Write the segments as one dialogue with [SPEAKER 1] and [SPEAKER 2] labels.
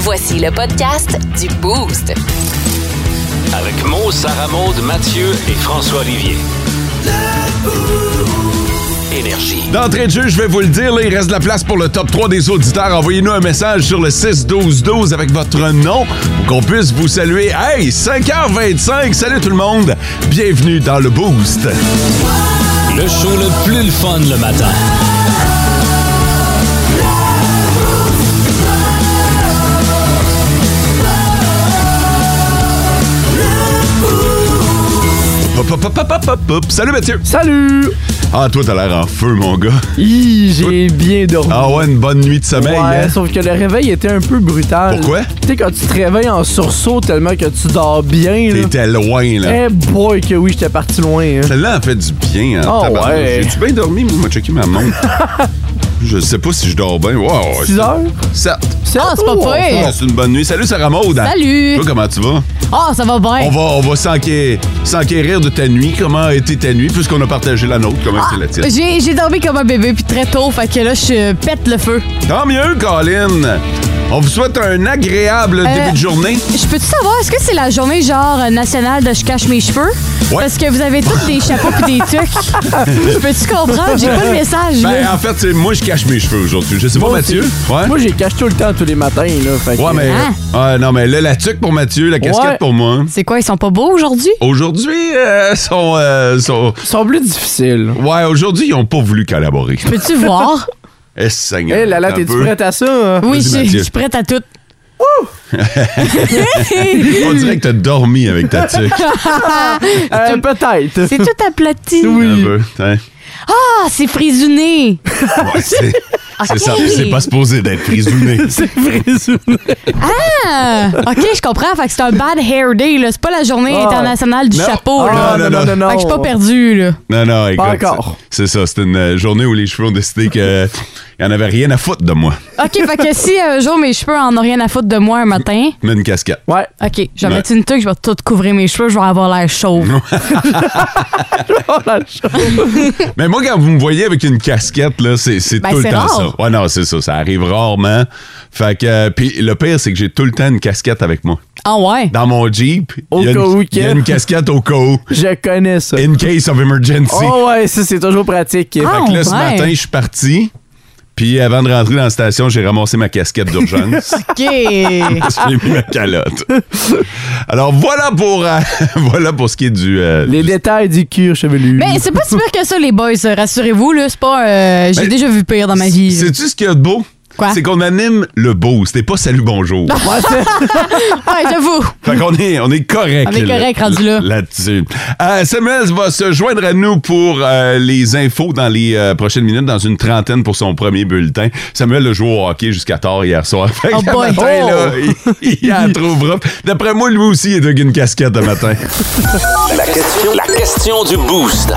[SPEAKER 1] Voici le podcast du Boost.
[SPEAKER 2] Avec Mo, Sarah Maud, Mathieu et François Olivier. Énergie.
[SPEAKER 3] D'entrée de jeu, je vais vous le dire, là, il reste de la place pour le top 3 des auditeurs. Envoyez-nous un message sur le 6-12-12 avec votre nom pour qu'on puisse vous saluer. Hey, 5h25, salut tout le monde. Bienvenue dans le Boost.
[SPEAKER 2] Le show le plus le fun le matin.
[SPEAKER 3] Hop, hop, hop, hop, hop, hop, hop. Salut Mathieu.
[SPEAKER 4] Salut!
[SPEAKER 3] Ah, toi, t'as l'air en feu, mon gars.
[SPEAKER 4] Hi, j'ai bien dormi.
[SPEAKER 3] Ah ouais, une bonne nuit de sommeil.
[SPEAKER 4] Ouais,
[SPEAKER 3] hein?
[SPEAKER 4] sauf que le réveil était un peu brutal.
[SPEAKER 3] Pourquoi?
[SPEAKER 4] Tu sais, quand tu te réveilles en sursaut tellement que tu dors bien, là.
[SPEAKER 3] T'étais loin, là.
[SPEAKER 4] Eh boy, que oui, j'étais parti loin, hein.
[SPEAKER 3] Celle-là a fait du bien. Hein,
[SPEAKER 4] Ah
[SPEAKER 3] tabarnak.
[SPEAKER 4] ouais.
[SPEAKER 3] J'ai-tu bien dormi? Moi, m'a checké ma montre. je sais pas si je dors bien. Wow.
[SPEAKER 4] 6 heures?
[SPEAKER 3] Certes.
[SPEAKER 5] Ah, c'est pas pire.
[SPEAKER 3] Ah, C'est une bonne nuit. Salut, Sarah Maud.
[SPEAKER 5] Salut.
[SPEAKER 3] Toi, comment tu vas?
[SPEAKER 5] Ah, ça va bien.
[SPEAKER 3] On va, on va s'enqué- s'enquérir de ta nuit. Comment a été ta nuit? Puisqu'on a partagé la nôtre, comment
[SPEAKER 4] Ah,
[SPEAKER 3] était la tienne?
[SPEAKER 5] J'ai j'ai dormi comme un bébé, puis très tôt, fait que là, je euh, pète le feu.
[SPEAKER 3] Tant mieux, Colin. On vous souhaite un agréable
[SPEAKER 4] Euh,
[SPEAKER 3] début de journée.
[SPEAKER 5] Je peux-tu savoir, est-ce que c'est la journée, genre, euh, nationale de je cache mes cheveux?
[SPEAKER 3] Ouais.
[SPEAKER 5] Parce que vous avez tous des chapeaux puis des tucs. Je peux-tu comprendre? J'ai pas le message, là.
[SPEAKER 3] Ben, en fait, c'est moi, je cache mes cheveux aujourd'hui. Je sais pas,
[SPEAKER 4] Moi
[SPEAKER 3] Mathieu?
[SPEAKER 4] aussi.
[SPEAKER 3] Ouais?
[SPEAKER 4] Moi, j'ai caché tout le temps, tous les matins, là. Fait que-
[SPEAKER 3] Hein? Ouais, mais. ouais, non, mais là, la tuque pour Mathieu, la casquette
[SPEAKER 4] Ouais.
[SPEAKER 3] pour moi.
[SPEAKER 5] C'est quoi, ils sont pas beaux aujourd'hui?
[SPEAKER 3] Aujourd'hui, euh, sont, euh, sont-
[SPEAKER 4] Ils sont plus difficiles.
[SPEAKER 3] Ouais, aujourd'hui, ils ont pas voulu collaborer.
[SPEAKER 5] Peux-tu voir?
[SPEAKER 3] Eh, Seigneur.
[SPEAKER 4] Hé, là, là,
[SPEAKER 3] un
[SPEAKER 4] t'es-tu
[SPEAKER 3] peu.
[SPEAKER 4] prête à ça? hein?
[SPEAKER 5] Oui,
[SPEAKER 3] Vas-y,
[SPEAKER 5] je
[SPEAKER 3] Mathieu.
[SPEAKER 5] je suis prête à tout.
[SPEAKER 3] On dirait que t'as dormi avec ta tuque.
[SPEAKER 4] Euh, Peut-être.
[SPEAKER 5] C'est tout aplati.
[SPEAKER 3] Un peu. hein.
[SPEAKER 5] Ah, c'est frisuné.
[SPEAKER 3] Ouais, c'est c'est ça. C'est pas supposé d'être prisonnier.
[SPEAKER 4] C'est vrai, ça.
[SPEAKER 5] Ah, OK, je comprends. Fait que c'est un bad hair day, là. C'est pas la journée
[SPEAKER 4] Ah.
[SPEAKER 5] internationale du
[SPEAKER 3] Non.
[SPEAKER 5] chapeau, là.
[SPEAKER 4] Ah, non, non, non, non.
[SPEAKER 5] Fait que je suis pas perdu, là.
[SPEAKER 3] Non, non, écoute.
[SPEAKER 4] encore.
[SPEAKER 3] C'est c'est ça. C'était une euh, journée où les cheveux ont décidé qu'il n'y en avait rien à foutre de moi.
[SPEAKER 5] OK, fait que si un jour mes cheveux en ont rien à foutre de moi un matin,
[SPEAKER 3] Mais une casquette.
[SPEAKER 4] Ouais.
[SPEAKER 5] OK, je
[SPEAKER 3] Ouais. Mm-hmm.
[SPEAKER 5] vais mettre une tuque, je vais tout couvrir mes cheveux, je vais avoir l'air chauve.
[SPEAKER 4] Oh, la chose.
[SPEAKER 3] Mais moi, quand vous me voyez avec une casquette, là, c'est c'est
[SPEAKER 5] Ben,
[SPEAKER 3] tout le
[SPEAKER 5] c'est
[SPEAKER 3] temps
[SPEAKER 5] rare.
[SPEAKER 3] ça. Ouais, non, c'est ça. Ça arrive rarement. Fait que. euh, Puis le pire, c'est que j'ai tout le temps une casquette avec moi.
[SPEAKER 5] Ah ouais?
[SPEAKER 3] Dans mon Jeep,
[SPEAKER 4] Au
[SPEAKER 3] il y, a
[SPEAKER 4] cas où
[SPEAKER 3] une-
[SPEAKER 4] que-
[SPEAKER 3] il y a une casquette au cas où.
[SPEAKER 4] Je connais ça.
[SPEAKER 3] In case of emergency.
[SPEAKER 4] Oh, ouais, ça, c'est toujours pratique.
[SPEAKER 5] Ah.
[SPEAKER 3] Fait que là, ce
[SPEAKER 5] ouais.
[SPEAKER 3] matin, je suis parti. Puis avant de rentrer dans la station, j'ai ramassé ma casquette d'urgence.
[SPEAKER 5] OK.
[SPEAKER 3] j'ai mis ma calotte. Alors voilà pour, euh, voilà pour ce qui est du. euh,
[SPEAKER 4] Les
[SPEAKER 3] du-
[SPEAKER 4] détails du cuir chevelu.
[SPEAKER 5] Mais c'est pas si pire que ça, les boys, euh, rassurez-vous, là. C'est pas. euh, J'ai
[SPEAKER 3] Ben,
[SPEAKER 5] déjà vu pire dans ma vie. là.
[SPEAKER 3] Sais-tu ce qu'il y a de beau?
[SPEAKER 5] Quoi?
[SPEAKER 3] C'est qu'on anime le beau. C'était pas salut bonjour.
[SPEAKER 4] Ouais, c'est-
[SPEAKER 5] Ouais, j'avoue.
[SPEAKER 3] fait qu'on est, on est correct.
[SPEAKER 5] On est
[SPEAKER 3] là-
[SPEAKER 5] correct rendu là.
[SPEAKER 3] Là-dessus. Euh, Samuel va se joindre à nous pour euh, les infos dans les euh, prochaines minutes, dans une trentaine pour son premier bulletin. Samuel a joué au hockey jusqu'à tard hier soir. Fait
[SPEAKER 5] Oh
[SPEAKER 3] que le
[SPEAKER 5] boy. Oh!
[SPEAKER 3] matin, là, il, il en trouvera. D'après moi, lui aussi, il a une casquette le matin.
[SPEAKER 2] La question, la question du boost.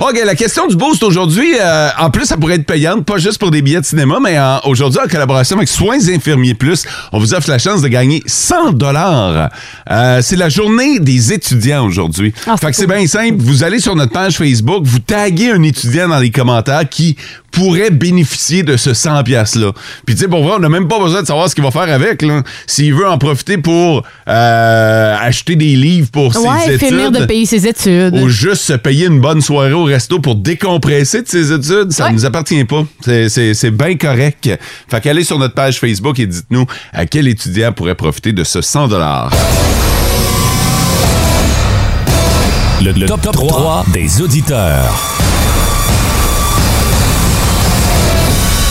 [SPEAKER 3] OK, la question du boost aujourd'hui, euh, en plus, ça pourrait être payante, pas juste pour des billets de cinéma, mais en- aujourd'hui, en collaboration avec Soins Infirmiers Plus, on vous offre la chance de gagner 100 dollars. Euh, c'est la journée des étudiants aujourd'hui.
[SPEAKER 5] Ah, c'est
[SPEAKER 3] fait que c'est
[SPEAKER 5] cool.
[SPEAKER 3] bien simple, vous allez sur notre page Facebook, vous taguez un étudiant dans les commentaires qui pourrait bénéficier de ce 100 pièces là. Puis tu sais pour vrai, on n'a même pas besoin de savoir ce qu'il va faire avec là. S'il veut en profiter pour euh, acheter des livres pour ses
[SPEAKER 5] Ouais,
[SPEAKER 3] études
[SPEAKER 5] finir de payer ses études.
[SPEAKER 3] ou juste se payer une bonne soirée au resto pour décompresser de ses études, ça
[SPEAKER 5] Ouais.
[SPEAKER 3] nous appartient pas. C'est- C'est c'est bien correct. Fait qu'allez sur notre page Facebook et dites-nous à quel étudiant pourrait profiter de ce 100
[SPEAKER 2] Le, top, 3, des auditeurs.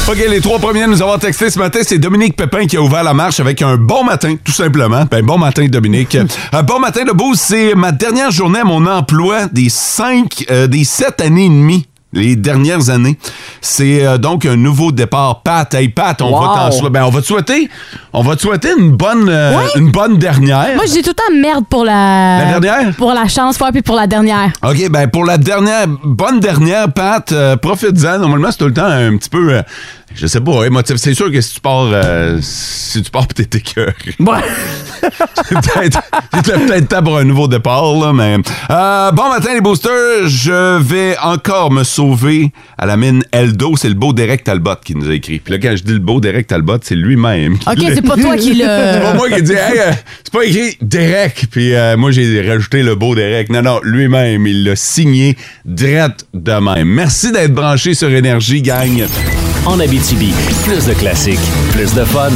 [SPEAKER 3] OK, les trois premiers à nous avoir texté ce matin, c'est Dominique Pépin qui a ouvert la marche avec un bon matin, tout simplement. Ben, bon matin, Dominique. un bon matin, le beau, c'est ma dernière journée à mon emploi des cinq, euh, des sept années et demie. Les dernières années. C'est euh, donc un nouveau départ. Pat, hey Pat, on va
[SPEAKER 4] Wow.
[SPEAKER 3] t'en souhaiter. Ben, on va te souhaiter. On va te souhaiter une bonne, euh,
[SPEAKER 5] Ouais.
[SPEAKER 3] une bonne dernière.
[SPEAKER 5] Moi, je dis tout le temps merde pour la.
[SPEAKER 3] La dernière?
[SPEAKER 5] Pour la chance, ouais, puis pour la dernière.
[SPEAKER 3] OK, ben pour la dernière, bonne dernière, Pat, euh, profite-en. Normalement, c'est tout le temps un petit peu euh, Je sais pas, émotif. C'est sûr que si tu pars, euh, si tu pars pis t'es écoeuré,
[SPEAKER 4] Ouais.
[SPEAKER 3] peut-être, il te l'a peut-être temps pour un nouveau départ, là, mais. Euh, bon matin, les boosters. Je vais encore me sauver à la mine Eldo. C'est le beau Derek Talbot qui nous a écrit. Puis là, quand je dis le beau Derek Talbot, c'est lui-même. qui
[SPEAKER 5] OK,
[SPEAKER 3] l'a-
[SPEAKER 5] c'est pas toi qui
[SPEAKER 3] C'est pas
[SPEAKER 5] le.
[SPEAKER 3] moi qui dis, hey, euh, c'est pas écrit Derek. Puis euh, moi, j'ai rajouté le beau Derek. Non, non, lui-même, il l'a signé direct de même. Merci d'être branché sur Énergie, gang.
[SPEAKER 2] En Abitibi, plus de classiques, plus de fun.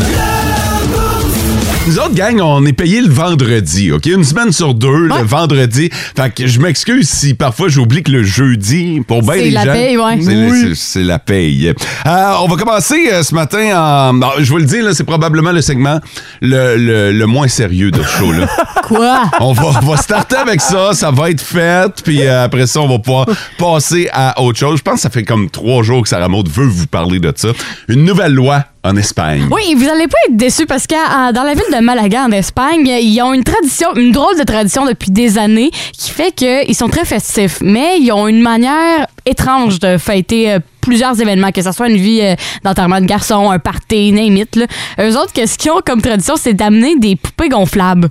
[SPEAKER 3] Nous autres, gang, on est payé le vendredi, OK? Une semaine sur deux,
[SPEAKER 5] Ouais.
[SPEAKER 3] le vendredi. Fait que je m'excuse si parfois j'oublie que le jeudi, pour bien
[SPEAKER 5] C'est
[SPEAKER 3] les
[SPEAKER 5] la
[SPEAKER 3] gens...
[SPEAKER 5] paye, ouais.
[SPEAKER 3] C'est la-
[SPEAKER 5] Oui.
[SPEAKER 3] c'est- C'est la paye. Euh, on va commencer euh, ce matin en... bon, je vous le dis, là, c'est probablement le segment le, le- le moins sérieux de ce show, là.
[SPEAKER 5] Quoi?
[SPEAKER 3] On va, on va starter avec ça, ça va être fait, puis euh, après ça, on va pouvoir passer à autre chose. Je pense que ça fait comme trois jours que Sarah Maud veut vous parler de ça. Une nouvelle loi en Espagne.
[SPEAKER 5] Oui, et vous allez pas être déçus parce que euh, dans la ville de Malaga, en Espagne, ils ont une tradition, une drôle de tradition depuis des années qui fait qu'ils sont très festifs, mais ils ont une manière étrange de fêter euh, plusieurs événements, que ce soit une vie euh, d'enterrement de garçon, un party, name it. Là. Eux autres, qu'est-ce qu'ils ont comme tradition, c'est d'amener des poupées gonflables.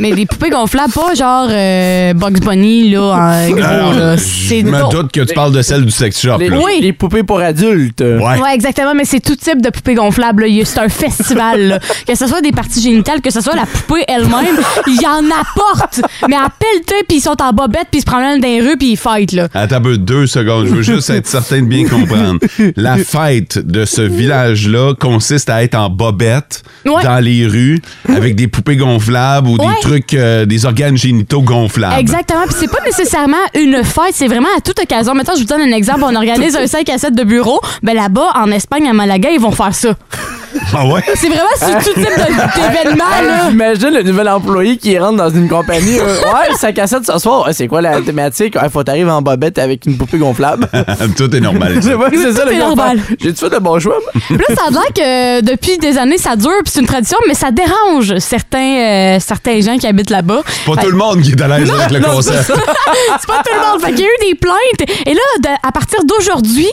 [SPEAKER 5] Mais des poupées gonflables, pas genre euh, Bugs Bunny, là, en gros, Oh, là. C'est
[SPEAKER 3] Ah, Euh, Je me
[SPEAKER 5] drôle.
[SPEAKER 3] doute que tu parles de celle du sex shop.
[SPEAKER 4] Les,
[SPEAKER 3] là.
[SPEAKER 5] Oui.
[SPEAKER 4] les poupées pour adultes.
[SPEAKER 3] Ouais.
[SPEAKER 5] Ouais, exactement, mais c'est tout type de poupées gonflables. là. Il y a- C'est un festival. là. Que ce soit des parties génitales, que ce soit la poupée elle-même, ils en apportent. Mais à pelleter, puis ils sont en bobette, puis ils se promènent dans les rues, puis ils fightent. Là.
[SPEAKER 3] Attends un peu, deux secondes. Je veux juste être certain de bien comprendre. La fête de ce village-là consiste à être en bobette
[SPEAKER 5] Ouais.
[SPEAKER 3] dans les rues avec des poupées gonflables ou
[SPEAKER 5] Ouais.
[SPEAKER 3] des trucs, euh, des organes génitaux gonflables.
[SPEAKER 5] Exactement, puis c'est pas nécessairement une fête, c'est vraiment à toute occasion. Maintenant, je vous donne un exemple. On organise un 5 à 7 de bureau. Ben là-bas, en Espagne, à Malaga, ils vont faire ça.
[SPEAKER 3] Ah ouais?
[SPEAKER 5] C'est vraiment sur tout type de- d'événement, Ah, là.
[SPEAKER 4] J'imagine le nouvel employé qui rentre dans une compagnie. euh, ouais, sa cassette ce soir. Ouais, c'est quoi la thématique? Ouais, faut t'arriver en bobette avec une poupée gonflable.
[SPEAKER 3] Tout est normal.
[SPEAKER 4] c'est vrai que c'est ça
[SPEAKER 5] Tout
[SPEAKER 4] le
[SPEAKER 5] est
[SPEAKER 4] gars
[SPEAKER 5] normal.
[SPEAKER 4] fait, J'ai-tu fait le bon choix? moi?
[SPEAKER 5] Puis là, ça a l'air que euh, depuis des années, ça dure, puis c'est une tradition, mais ça dérange certains, euh, certains gens qui habitent là-bas.
[SPEAKER 3] Pas tout le monde qui est à l'aise avec le
[SPEAKER 4] non, c'est
[SPEAKER 3] concept.
[SPEAKER 5] C'est pas tout le monde. Fait qu'il y a eu des plaintes. Et là, de- à partir d'aujourd'hui,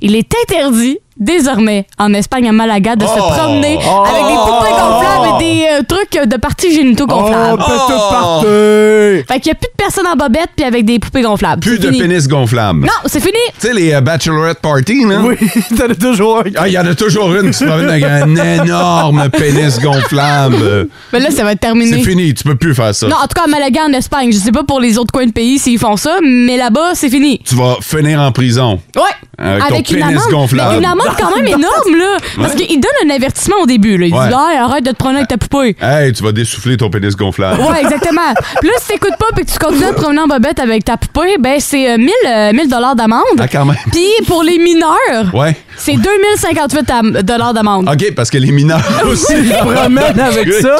[SPEAKER 5] il est interdit désormais en Espagne, à Malaga, de se
[SPEAKER 3] Oh!
[SPEAKER 5] promener avec des poupées gonflables et des euh, trucs euh, de parties génitaux gonflables.
[SPEAKER 3] Oh!
[SPEAKER 5] Fait qu'il y a plus de personnes en bobette puis avec des poupées gonflables.
[SPEAKER 3] Plus
[SPEAKER 5] C'est
[SPEAKER 3] de
[SPEAKER 5] fini.
[SPEAKER 3] pénis gonflables.
[SPEAKER 5] Non, c'est fini.
[SPEAKER 3] Tu sais, les euh, bachelorette parties, là?
[SPEAKER 4] Oui, t'en as toujours un.
[SPEAKER 3] Ah, il y en a toujours une qui se promène avec un énorme pénis gonflable.
[SPEAKER 5] Mais là, ça va être
[SPEAKER 3] C'est
[SPEAKER 5] terminé.
[SPEAKER 3] fini, tu peux plus faire ça.
[SPEAKER 5] Non, en tout cas, à Malaga, en Espagne, je sais pas pour les autres coins de pays s'ils font ça, mais là-bas, c'est fini.
[SPEAKER 3] Tu vas finir en prison.
[SPEAKER 5] Ouais.
[SPEAKER 3] Avec ton
[SPEAKER 5] une
[SPEAKER 3] pénis
[SPEAKER 5] amende.
[SPEAKER 3] gonflable.
[SPEAKER 5] Mais une amende quand même énorme, là. Parce
[SPEAKER 3] Ouais.
[SPEAKER 5] qu'il donne un avertissement au début, là. Il
[SPEAKER 3] Ouais.
[SPEAKER 5] dit, Hey, arrête de te promener avec ta poupée.
[SPEAKER 3] Hey, tu vas dessouffler ton pénis gonflable.
[SPEAKER 5] Ouais, exactement. Puis là, si t'écoutes pas et que tu continues à te promener en bobette avec ta poupée, ben c'est euh, 1000 euh, 1000 dollars d'amende.
[SPEAKER 3] Ah, quand même.
[SPEAKER 5] Puis pour les mineurs,
[SPEAKER 3] Ouais. Ah,
[SPEAKER 5] c'est 2058 am- dollars d'amende.
[SPEAKER 3] OK, parce que les mineurs aussi.
[SPEAKER 4] Tu te promènes avec ça.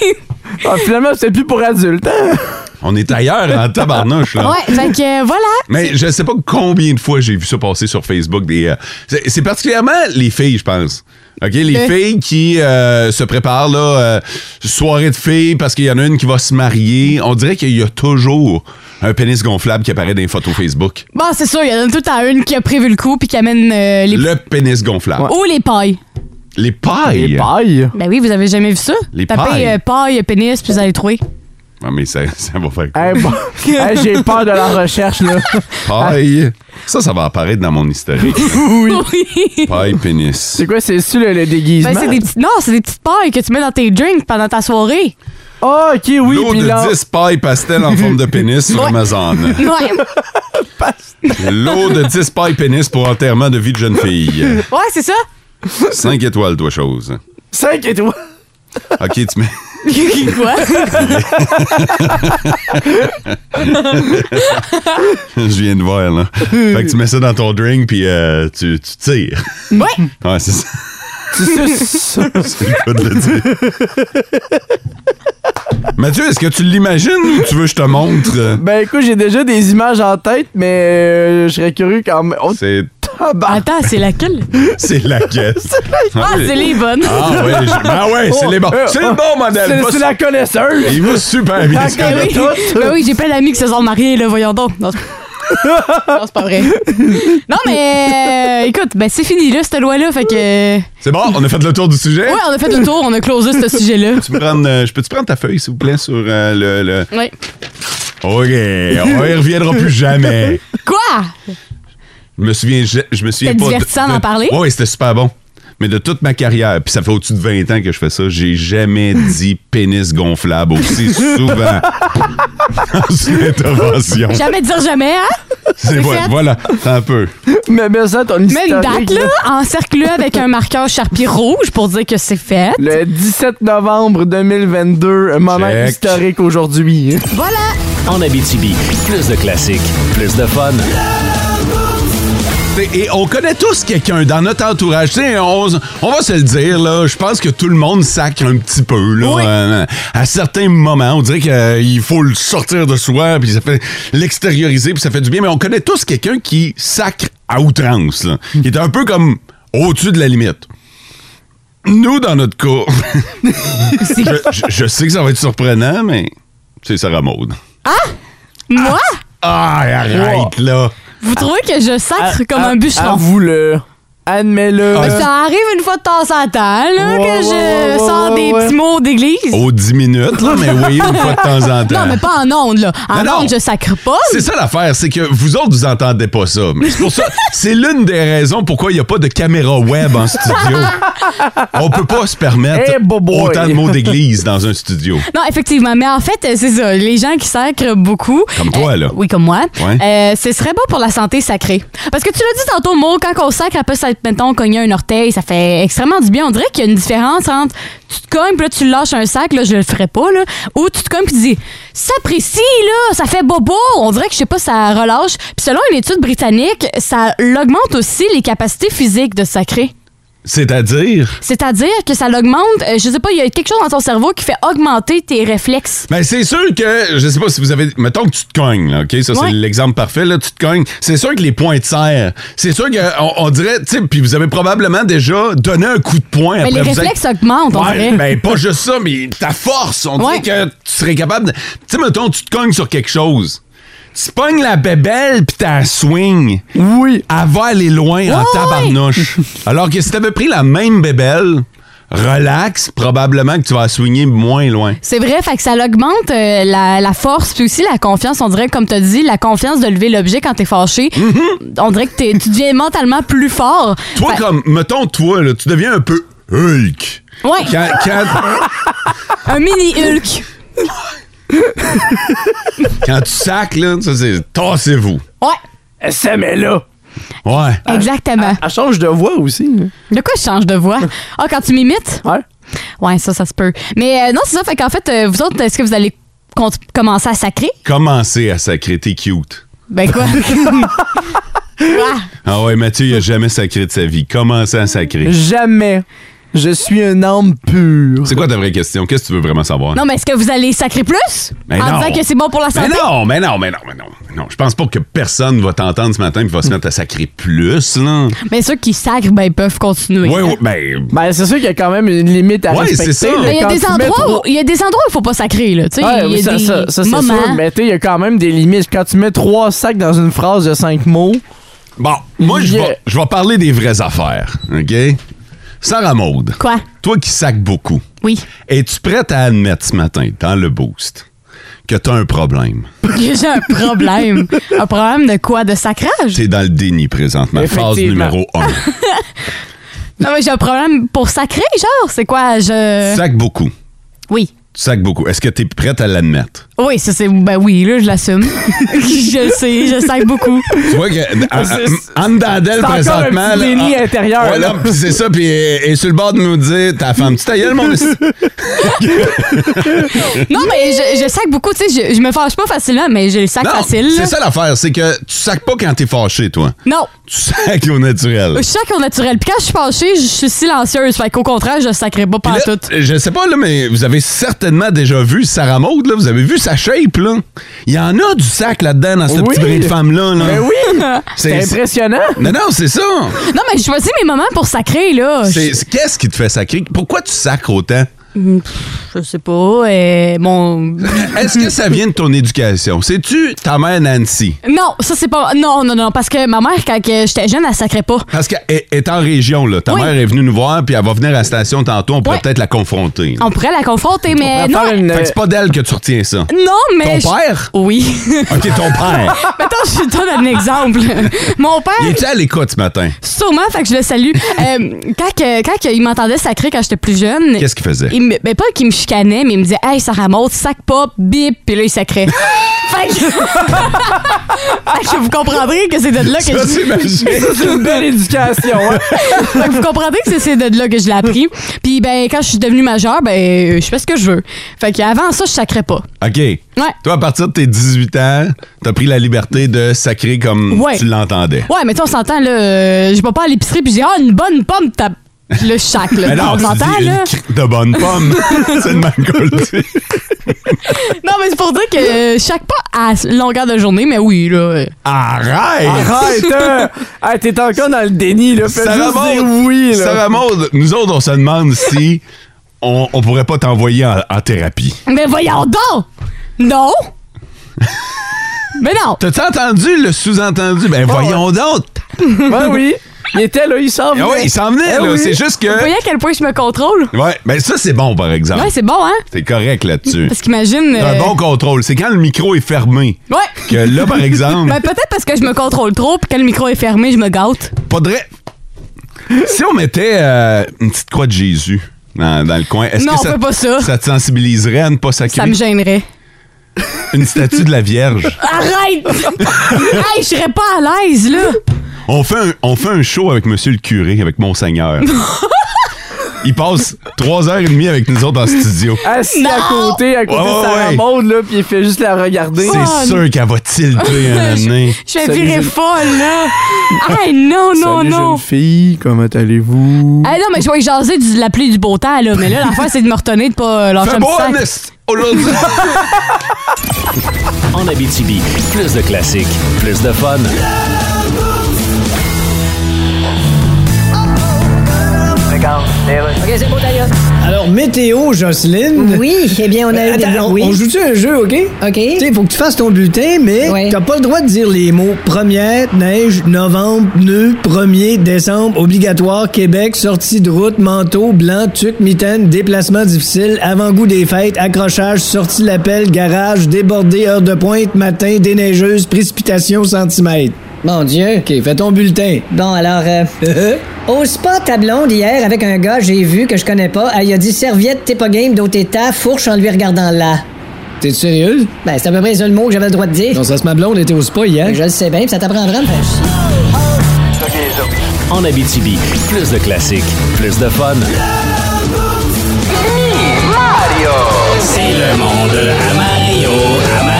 [SPEAKER 5] Oui!
[SPEAKER 4] Ah, finalement, c'est plus pour adultes. hein?
[SPEAKER 3] On est ailleurs en tabarnouche, là.
[SPEAKER 5] Ouais, fait que euh, voilà.
[SPEAKER 3] Mais je sais pas combien de fois j'ai vu ça passer sur Facebook. Des, euh, c'est, c'est particulièrement les filles, je pense. OK, les
[SPEAKER 5] Euh.
[SPEAKER 3] filles qui euh, se préparent, là, euh, soirée de filles parce qu'il y en a une qui va se marier. On dirait qu'il y a toujours un pénis gonflable qui apparaît dans les photos Facebook.
[SPEAKER 5] Bon, c'est sûr, il y en a tout à une qui a prévu le coup puis qui amène euh, les.
[SPEAKER 3] Le pénis gonflable.
[SPEAKER 5] Ou les pailles.
[SPEAKER 3] Les pailles.
[SPEAKER 4] Et paille.
[SPEAKER 5] Ben oui, vous avez jamais vu ça?
[SPEAKER 3] Les
[SPEAKER 5] Tapez
[SPEAKER 3] pailles.
[SPEAKER 5] euh, paille, pénis, puis vous allez trouver.
[SPEAKER 3] Ah, mais ça, ça va faire quoi?
[SPEAKER 4] Hey, bon. Hey, J'ai peur de la recherche, là.
[SPEAKER 3] Paille. Ça, ça va apparaître dans mon historique.
[SPEAKER 4] Oui.
[SPEAKER 5] Oui.
[SPEAKER 3] Paille, pénis.
[SPEAKER 4] C'est quoi, c'est-tu le, le déguisement?
[SPEAKER 5] Ben, c'est des petites- non, c'est des petites pailles que tu mets dans tes drinks pendant ta soirée.
[SPEAKER 4] Ah, ok, oui,
[SPEAKER 3] L'eau
[SPEAKER 4] puis là.
[SPEAKER 3] de 10 pailles pastel en forme de pénis sur Amazon.
[SPEAKER 5] Ouais.
[SPEAKER 3] L'eau de 10 pailles pénis pour enterrement de vie de jeune fille.
[SPEAKER 5] Ouais, c'est ça.
[SPEAKER 3] 5 étoiles, toi, chose.
[SPEAKER 4] 5 étoiles.
[SPEAKER 3] OK, tu mets...
[SPEAKER 5] Quoi?
[SPEAKER 3] Je viens de voir, là. Fait que tu mets ça dans ton drink, puis euh, tu, tu tires.
[SPEAKER 5] Ouais.
[SPEAKER 3] Ouais, c'est ça.
[SPEAKER 4] Tu suces.
[SPEAKER 3] C'est le cas de le dire. Mathieu, est-ce que tu l'imagines ou tu veux que je te montre?
[SPEAKER 4] Ben écoute, j'ai déjà des images en tête, mais euh, je serais curieux quand même. Oh,
[SPEAKER 3] C'est,
[SPEAKER 4] tabarnak.
[SPEAKER 5] Attends, c'est laquelle?
[SPEAKER 3] c'est la caisse.
[SPEAKER 5] Ah, c'est les bonnes.
[SPEAKER 3] Ah ouais, je- ben ouais, c'est les bons.
[SPEAKER 4] Euh,
[SPEAKER 3] C'est le bon modèle.
[SPEAKER 4] C'est
[SPEAKER 3] Va
[SPEAKER 4] c'est
[SPEAKER 3] su-
[SPEAKER 4] la connaisseuse.
[SPEAKER 3] Il va super bien.
[SPEAKER 4] La
[SPEAKER 3] ce
[SPEAKER 5] Ben
[SPEAKER 3] gars-là.
[SPEAKER 5] oui,
[SPEAKER 4] connaît toutes.
[SPEAKER 5] Ben oui, j'ai plein d'amis qui se sont mariés, là, voyons donc. Non, Non, c'est pas vrai. Non, mais euh, écoute, ben c'est fini, là, cette loi-là. Fait que. euh,
[SPEAKER 3] C'est bon, on a fait le tour du sujet.
[SPEAKER 5] Ouais, on a fait le tour, on a closé ce sujet-là.
[SPEAKER 3] Tu peux prendre, euh, je peux-tu prendre ta feuille, s'il vous plaît, sur euh, le, le-
[SPEAKER 5] Ouais.
[SPEAKER 3] OK, on y reviendra plus jamais.
[SPEAKER 5] Quoi?
[SPEAKER 3] Je me souviens, je, je me souviens pas...
[SPEAKER 5] C'était
[SPEAKER 3] de-
[SPEAKER 5] divertissant
[SPEAKER 3] de-
[SPEAKER 5] d'en parler?
[SPEAKER 3] Oui, c'était super bon. Mais de toute ma carrière, puis ça fait au-dessus de 20 ans que je fais ça, j'ai jamais dit pénis gonflable aussi souvent dans une intervention.
[SPEAKER 5] Jamais dire jamais, hein?
[SPEAKER 3] C'est vrai,
[SPEAKER 5] fait.
[SPEAKER 3] voilà, attends un peu.
[SPEAKER 4] Mais mets ça, ton
[SPEAKER 5] Mets une
[SPEAKER 4] historique,
[SPEAKER 5] date, là, encercle-le avec un marqueur charpie rouge pour dire que c'est fait.
[SPEAKER 4] Le 17 novembre 2022, un moment
[SPEAKER 3] Check.
[SPEAKER 4] historique aujourd'hui.
[SPEAKER 5] Voilà!
[SPEAKER 2] En Abitibi, plus de classiques, plus de fun.
[SPEAKER 3] T'sais, Et on connaît tous quelqu'un dans notre entourage. T'sais, on, on va se le dire, là. Je pense que tout le monde sacre un petit peu, là. euh, à certains moments, on dirait qu'il faut le sortir de soi, puis ça fait l'extérioriser, puis ça fait du bien. Mais on connaît tous quelqu'un qui sacre à outrance, là. Qui est un peu comme au-dessus de la limite. Nous, dans notre cas, je, je- je sais que ça va être surprenant, mais c'est Sarah Maud.
[SPEAKER 5] Moi?
[SPEAKER 3] Ah, arrête, là.
[SPEAKER 5] Vous trouvez que je sacre comme
[SPEAKER 4] À-
[SPEAKER 5] un bûcheron?
[SPEAKER 4] ah, Avoue-le. Admets-le.
[SPEAKER 3] Ah,
[SPEAKER 5] Ben, Ça arrive une fois de temps en temps, là,
[SPEAKER 4] ah, Ouais,
[SPEAKER 5] que je
[SPEAKER 4] ouais, ouais,
[SPEAKER 5] sors
[SPEAKER 4] ouais,
[SPEAKER 5] des
[SPEAKER 4] ouais.
[SPEAKER 5] petits mots d'église.
[SPEAKER 3] Aux 10 minutes, là, mais oui, une fois de temps en temps.
[SPEAKER 5] Non, mais pas en ondes, là.
[SPEAKER 3] Non,
[SPEAKER 5] En
[SPEAKER 3] non.
[SPEAKER 5] ondes, je sacre pas.
[SPEAKER 3] C'est ça l'affaire, c'est que vous autres, vous entendez pas ça. Mais c'est pour ça, c'est l'une des raisons pourquoi il n'y a pas de caméra web en studio. On peut pas se permettre
[SPEAKER 4] Eh, boboy.
[SPEAKER 3] autant de mots d'église dans un studio.
[SPEAKER 5] Non, effectivement. Mais en fait, euh, c'est ça. Les gens qui sacrent beaucoup. euh,
[SPEAKER 3] Comme toi, là.
[SPEAKER 5] Oui, comme moi.
[SPEAKER 3] Ouais.
[SPEAKER 5] Euh, ce serait bon pour la santé sacrée. Parce que tu l'as dit tantôt, Mo, quand on sacre, après ça, mettons, cogner un orteil, ça fait extrêmement du bien. On dirait qu'il y a une différence entre tu te cognes, puis là, tu lâches un sac, là, je le ferai pas, là. Ou tu te cognes, puis tu dis, ça précis, là, ça fait bobo. On dirait que, je sais pas, ça relâche. Puis selon une étude britannique, ça l'augmente aussi les capacités physiques de sacrer.
[SPEAKER 3] C'est-à-dire?
[SPEAKER 5] C'est-à-dire que ça l'augmente, euh, je sais pas, il y a quelque chose dans ton cerveau qui fait augmenter tes réflexes.
[SPEAKER 3] Ben, c'est sûr que, je sais pas si vous avez. Mettons que tu te cognes, là, OK? Ça,
[SPEAKER 5] Ouais.
[SPEAKER 3] c'est l'exemple parfait, là, tu te cognes. C'est sûr que les points de serre. C'est sûr qu'on on dirait, tu sais, puis vous avez probablement déjà donné un coup de poing
[SPEAKER 5] Mais
[SPEAKER 3] après
[SPEAKER 5] les
[SPEAKER 3] vous être-
[SPEAKER 5] réflexes augmentent, on
[SPEAKER 3] Ouais,
[SPEAKER 5] dirait.
[SPEAKER 3] ben, pas juste ça, mais ta force. On
[SPEAKER 5] Ouais.
[SPEAKER 3] dirait que tu serais capable de. Tu sais, mettons, tu te cognes sur quelque chose. Tu pognes la bébelle puis t'as swing.
[SPEAKER 4] Oui.
[SPEAKER 3] Elle va aller loin en tabarnouche. Alors que si t'avais pris la même bébelle, relax, probablement que tu vas swinguer moins loin.
[SPEAKER 5] C'est vrai, fait que ça augmente euh, la, la force puis aussi la confiance. On dirait, comme tu dit, la confiance de lever l'objet quand t'es fâché. On dirait que t'es- tu deviens mentalement plus fort.
[SPEAKER 3] Toi,
[SPEAKER 5] Fait-
[SPEAKER 3] comme, mettons, toi, là, tu deviens un peu Hulk.
[SPEAKER 5] Ouais.
[SPEAKER 3] Quand, quand,
[SPEAKER 5] Un mini Hulk.
[SPEAKER 3] quand tu sacs, là, ça c'est tassez-vous.
[SPEAKER 5] Ouais,
[SPEAKER 4] SML-là.
[SPEAKER 3] Ouais.
[SPEAKER 5] exactement.
[SPEAKER 4] Elle change de voix aussi.
[SPEAKER 5] De quoi je change de voix? Ah, quand tu m'imites?
[SPEAKER 4] Ouais.
[SPEAKER 5] Ouais, ça, ça se peut. Mais euh, non, c'est ça. Fait qu'en fait, euh, vous autres, est-ce que vous allez con- commencer à sacrer?
[SPEAKER 3] Commencez à sacrer, t'es cute.
[SPEAKER 5] Ben quoi? Quoi?
[SPEAKER 3] Ah ouais, Mathieu, il a jamais sacré de sa vie. Commencez à sacrer.
[SPEAKER 4] Jamais. Je suis un homme pur.
[SPEAKER 3] C'est quoi ta vraie question? Qu'est-ce que tu veux vraiment savoir?
[SPEAKER 5] Non, mais est-ce que vous allez sacrer plus?
[SPEAKER 3] Mais
[SPEAKER 5] en
[SPEAKER 3] non.
[SPEAKER 5] disant que c'est bon pour la
[SPEAKER 3] Mais
[SPEAKER 5] santé?
[SPEAKER 3] non, mais non, mais non, mais non, mais non. Je pense pas que personne va t'entendre ce matin et va se mettre à sacrer plus, là.
[SPEAKER 5] Mais ceux qui sacrent, ben, ils peuvent continuer.
[SPEAKER 3] Ouais, ouais, ben,
[SPEAKER 4] Ben, c'est sûr qu'il y a quand même une limite à
[SPEAKER 3] Ouais,
[SPEAKER 4] respecter.
[SPEAKER 3] c'est ça.
[SPEAKER 4] là,
[SPEAKER 5] Mais Ben, il y a
[SPEAKER 4] quand tu
[SPEAKER 5] des
[SPEAKER 4] mets
[SPEAKER 5] endroits où
[SPEAKER 4] trop-
[SPEAKER 5] il y a des endroits où faut pas sacrer là, tu sais,
[SPEAKER 4] Ouais,
[SPEAKER 5] il y a
[SPEAKER 4] oui, ça,
[SPEAKER 5] des
[SPEAKER 4] ça, ça, c'est
[SPEAKER 5] moments.
[SPEAKER 4] sûr. Mais tu sais, il y a quand même des limites. Quand tu mets trois sacs dans une phrase de cinq mots,
[SPEAKER 3] bon, moi, je
[SPEAKER 4] Yeah.
[SPEAKER 3] vais je vais parler des vraies affaires, OK? Sarah Maude.
[SPEAKER 5] Quoi
[SPEAKER 3] Toi qui sacs beaucoup,
[SPEAKER 5] Oui.
[SPEAKER 3] es-tu prête à admettre ce matin, dans le boost, que t'as un problème?
[SPEAKER 5] J'ai un problème. un problème de quoi de sacrage
[SPEAKER 3] T'es dans le déni présentement. Phase
[SPEAKER 4] Effectivement.
[SPEAKER 3] numéro 1.
[SPEAKER 5] Non mais j'ai un problème pour sacrer genre, c'est quoi je
[SPEAKER 3] Sac beaucoup.
[SPEAKER 5] Oui.
[SPEAKER 3] Tu sacs beaucoup. Est-ce que t'es prête à l'admettre?
[SPEAKER 5] Oui, ça c'est ben oui, là je l'assume. je le sais, je sacre beaucoup.
[SPEAKER 3] Tu vois que en-
[SPEAKER 4] C'est-
[SPEAKER 3] en en dedans d'elle
[SPEAKER 4] c'est encore
[SPEAKER 3] présentement.
[SPEAKER 4] un petit
[SPEAKER 3] là,
[SPEAKER 4] déni
[SPEAKER 3] en-
[SPEAKER 4] intérieur,
[SPEAKER 3] Ouais,
[SPEAKER 4] là.
[SPEAKER 3] non, puis c'est ça, puis elle elle est sur le bord de nous dire ta femme, tu ta gueule, mon esti.
[SPEAKER 5] Non mais je, je sacre beaucoup, tu sais, je, je me fâche pas facilement mais je le sacre
[SPEAKER 3] Non,
[SPEAKER 5] facile. là.
[SPEAKER 3] c'est ça l'affaire, c'est que tu sacs pas quand t'es fâché, toi.
[SPEAKER 5] Non,
[SPEAKER 3] Tu sacs au naturel.
[SPEAKER 5] je sacre Euh, au naturel. Puis quand je suis fâchée, je suis silencieuse, fait qu'au contraire, je sacrerai pas
[SPEAKER 3] Puis là,
[SPEAKER 5] pantoute.
[SPEAKER 3] je sais pas, là, mais vous avez certainement déjà vu Sarah Maud, là. Vous avez vu sa shape, là. Il y en a du sac là-dedans, dans ce
[SPEAKER 4] Oui.
[SPEAKER 3] petit brin de femme-là. Là.
[SPEAKER 4] ben oui,
[SPEAKER 3] C'est-
[SPEAKER 4] c'est impressionnant.
[SPEAKER 3] Non, non, c'est ça.
[SPEAKER 5] Non mais Ah, je choisis mes moments pour sacrer là.
[SPEAKER 3] C'est- c'est- Qu'est-ce qui te fait sacrer? Pourquoi tu sacres autant?
[SPEAKER 5] Pff, Je sais pas. euh, mon...
[SPEAKER 3] Est-ce que ça vient de ton éducation? C'est-tu ta mère Nancy?
[SPEAKER 5] Non, ça c'est pas. Non, non, non, parce que ma mère, quand que j'étais jeune, elle sacrait pas.
[SPEAKER 3] Parce qu'elle est- est en région, là. Ta
[SPEAKER 5] Oui.
[SPEAKER 3] mère est venue nous voir, puis elle va venir à la station tantôt. On pourrait
[SPEAKER 5] Ouais.
[SPEAKER 3] peut-être la confronter. là.
[SPEAKER 5] On pourrait la confronter, mais.
[SPEAKER 4] pourrait
[SPEAKER 5] Non,
[SPEAKER 4] faire une-
[SPEAKER 3] Fait que c'est pas d'elle que tu retiens ça.
[SPEAKER 5] non, mais.
[SPEAKER 3] Ton
[SPEAKER 5] je-
[SPEAKER 3] père?
[SPEAKER 5] Oui.
[SPEAKER 3] OK, ton père.
[SPEAKER 5] Mettons, je te donne un exemple. Mon père,
[SPEAKER 3] Il était à l'écoute ce matin.
[SPEAKER 5] sûrement, fait que je le salue. Euh, quand que- quand que il m'entendait sacrer quand j'étais plus jeune,
[SPEAKER 3] Qu'est-ce qu'il faisait?
[SPEAKER 5] il me, ben pas qu'il me chicanait, mais il me disait Hey, Sarah Maud, sac pas, bip, puis là, il sacrait. fait, que... Fait que vous comprendrez que c'est de là que
[SPEAKER 3] Ça,
[SPEAKER 5] je
[SPEAKER 3] c'est magique.
[SPEAKER 4] Ça, c'est une belle éducation, hein?
[SPEAKER 5] Fait que vous comprendrez que c'est- c'est de là que je l'ai appris. Puis ben quand je suis devenue majeure, ben je fais ce que je veux. Fait qu'avant ça, je sacrais pas.
[SPEAKER 3] OK.
[SPEAKER 5] Ouais.
[SPEAKER 3] Toi, à partir de tes 18 ans, t'as pris la liberté de sacrer comme
[SPEAKER 5] Ouais.
[SPEAKER 3] tu l'entendais.
[SPEAKER 5] Ouais, mais tu sais, on s'entend là, euh, je vais pas à l'épicerie puis je dis ah une bonne pomme t'as le chac là.
[SPEAKER 3] Mais non,
[SPEAKER 5] on
[SPEAKER 3] tu
[SPEAKER 5] s'entend
[SPEAKER 3] dis une
[SPEAKER 5] là.
[SPEAKER 3] cri- de bonne pomme. c'est de même qu'on le dit.
[SPEAKER 5] Non mais c'est pour dire que euh, chaque pas à longueur de journée, mais oui là. euh.
[SPEAKER 3] Arrête!
[SPEAKER 4] Arrête! hein! Hey, t'es encore dans le déni, là. Fais
[SPEAKER 3] Sarah
[SPEAKER 4] juste dire
[SPEAKER 3] Maud,
[SPEAKER 4] oui, là.
[SPEAKER 3] Sarah Maud, nous autres, on se demande si on, on pourrait pas t'envoyer en, en thérapie.
[SPEAKER 5] Mais voyons donc. Non. mais non.
[SPEAKER 3] T'as-tu entendu le sous-entendu? Ben voyons donc!
[SPEAKER 4] Ben oui. Il était là, il s'en venait.
[SPEAKER 3] Ah ouais, il s'en venait,
[SPEAKER 4] Eh
[SPEAKER 3] là.
[SPEAKER 4] oui.
[SPEAKER 3] C'est juste
[SPEAKER 5] Vous
[SPEAKER 3] que.
[SPEAKER 5] voyez à quel point je me contrôle.
[SPEAKER 3] Ouais, ben ça, c'est bon, par exemple.
[SPEAKER 5] Ouais, c'est bon hein.
[SPEAKER 3] T'es correct là-dessus.
[SPEAKER 5] Parce qu'imagine.
[SPEAKER 3] T'as un
[SPEAKER 5] euh,
[SPEAKER 3] bon contrôle. C'est quand le micro est fermé.
[SPEAKER 5] Ouais.
[SPEAKER 3] Que là, par exemple,
[SPEAKER 5] Ben, peut-être parce que je me contrôle trop, puis quand le micro est fermé, je me gâte.
[SPEAKER 3] faudrait. Si on mettait euh, une petite croix de Jésus dans, dans le coin, est-ce
[SPEAKER 5] Non,
[SPEAKER 3] que
[SPEAKER 5] on
[SPEAKER 3] ça,
[SPEAKER 5] fait pas ça.
[SPEAKER 3] ça te sensibiliserait à ne pas
[SPEAKER 5] Ça
[SPEAKER 3] sacrer
[SPEAKER 5] me gênerait.
[SPEAKER 3] une statue de la Vierge?
[SPEAKER 5] Arrête! hey, je serais pas à l'aise, là!
[SPEAKER 3] On fait, un, on fait un show avec Monsieur le curé, avec Monseigneur. Il passe trois heures et demie avec nous autres en studio.
[SPEAKER 4] Assis à
[SPEAKER 5] Non!
[SPEAKER 4] côté, à côté
[SPEAKER 3] Ouais, ouais,
[SPEAKER 4] de Sarah
[SPEAKER 3] ouais.
[SPEAKER 4] Maud, là, puis il fait juste la regarder.
[SPEAKER 5] Oh,
[SPEAKER 3] C'est sûr qu'elle va tilter un année.
[SPEAKER 5] Ah, Je vais
[SPEAKER 4] Salut,
[SPEAKER 5] virer
[SPEAKER 4] jeune-
[SPEAKER 5] folle, là! hey, non, non, non!
[SPEAKER 4] fille, comment allez-vous?
[SPEAKER 5] Hey, non, mais je vais jaser de la pluie et du beau temps, là. Mais là, l'affaire, c'est de me retenir de pas euh, lâcher
[SPEAKER 3] Fais hein,
[SPEAKER 5] un petit
[SPEAKER 3] bon,
[SPEAKER 5] sac.
[SPEAKER 3] Ernest! Aujourd'hui!
[SPEAKER 2] En Abitibi, plus de classiques, plus de fun.
[SPEAKER 6] Alors, météo, Jocelyne.
[SPEAKER 7] Oui, eh bien, on a eu des
[SPEAKER 6] Attends,
[SPEAKER 7] blancs.
[SPEAKER 6] on,
[SPEAKER 7] Oui.
[SPEAKER 6] on joue-tu un jeu, OK?
[SPEAKER 7] OK.
[SPEAKER 6] Tu sais, faut que tu fasses ton bulletin, mais
[SPEAKER 7] Ouais.
[SPEAKER 6] t'as pas le droit de dire les mots première, neige, novembre, nœud, 1er, décembre, obligatoire, Québec, sortie de route, manteau, blanc, tuc, mitaine, déplacement difficile, avant-goût des fêtes, accrochage, sortie l'appel, garage, débordé, heure de pointe, matin, déneigeuse, précipitation, centimètres.
[SPEAKER 7] Mon Dieu.
[SPEAKER 6] OK, fais ton bulletin.
[SPEAKER 7] Bon, alors, euh, au spa Tablon d'hier, avec un gars, j'ai vu que je connais pas, elle, il a dit serviette, t'es pas game, d'autres états, fourche en lui regardant là.
[SPEAKER 6] T'es sérieuse?
[SPEAKER 7] Ben, c'est à peu près le seul mot que j'avais le droit de dire.
[SPEAKER 6] Non, ça se ma blonde était au spa hier.
[SPEAKER 7] Je le sais bien, puis ça t'apprendra à me faire chier.
[SPEAKER 2] En Abitibi, plus de classiques, plus de fun. C'est le monde à Mario, à Mario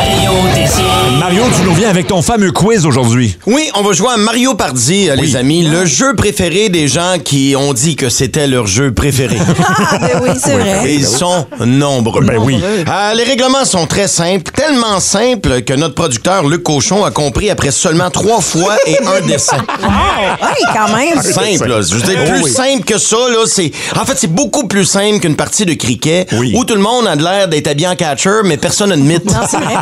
[SPEAKER 8] Mario, tu nous viens avec ton fameux quiz aujourd'hui.
[SPEAKER 9] Oui, on va jouer à Mario Pardi, euh, les amis.
[SPEAKER 10] Ah.
[SPEAKER 9] Le jeu préféré des gens qui ont dit que c'était leur jeu préféré.
[SPEAKER 10] Ah, ben oui, c'est vrai.
[SPEAKER 9] Et ils sont nombreux. Ben oui. les règlements sont très simples, tellement simples que notre producteur, Luc Cochon, a compris après seulement trois fois et un dessin.
[SPEAKER 10] Oui, quand même. Ben
[SPEAKER 9] Simple, là. Je veux dire, plus simple que ça, là, c'est... En fait, c'est beaucoup plus simple qu'une partie de cricket où tout le monde a de l'air d'être habillé en catcher, mais personne ne mythe.
[SPEAKER 10] Non, c'est vrai.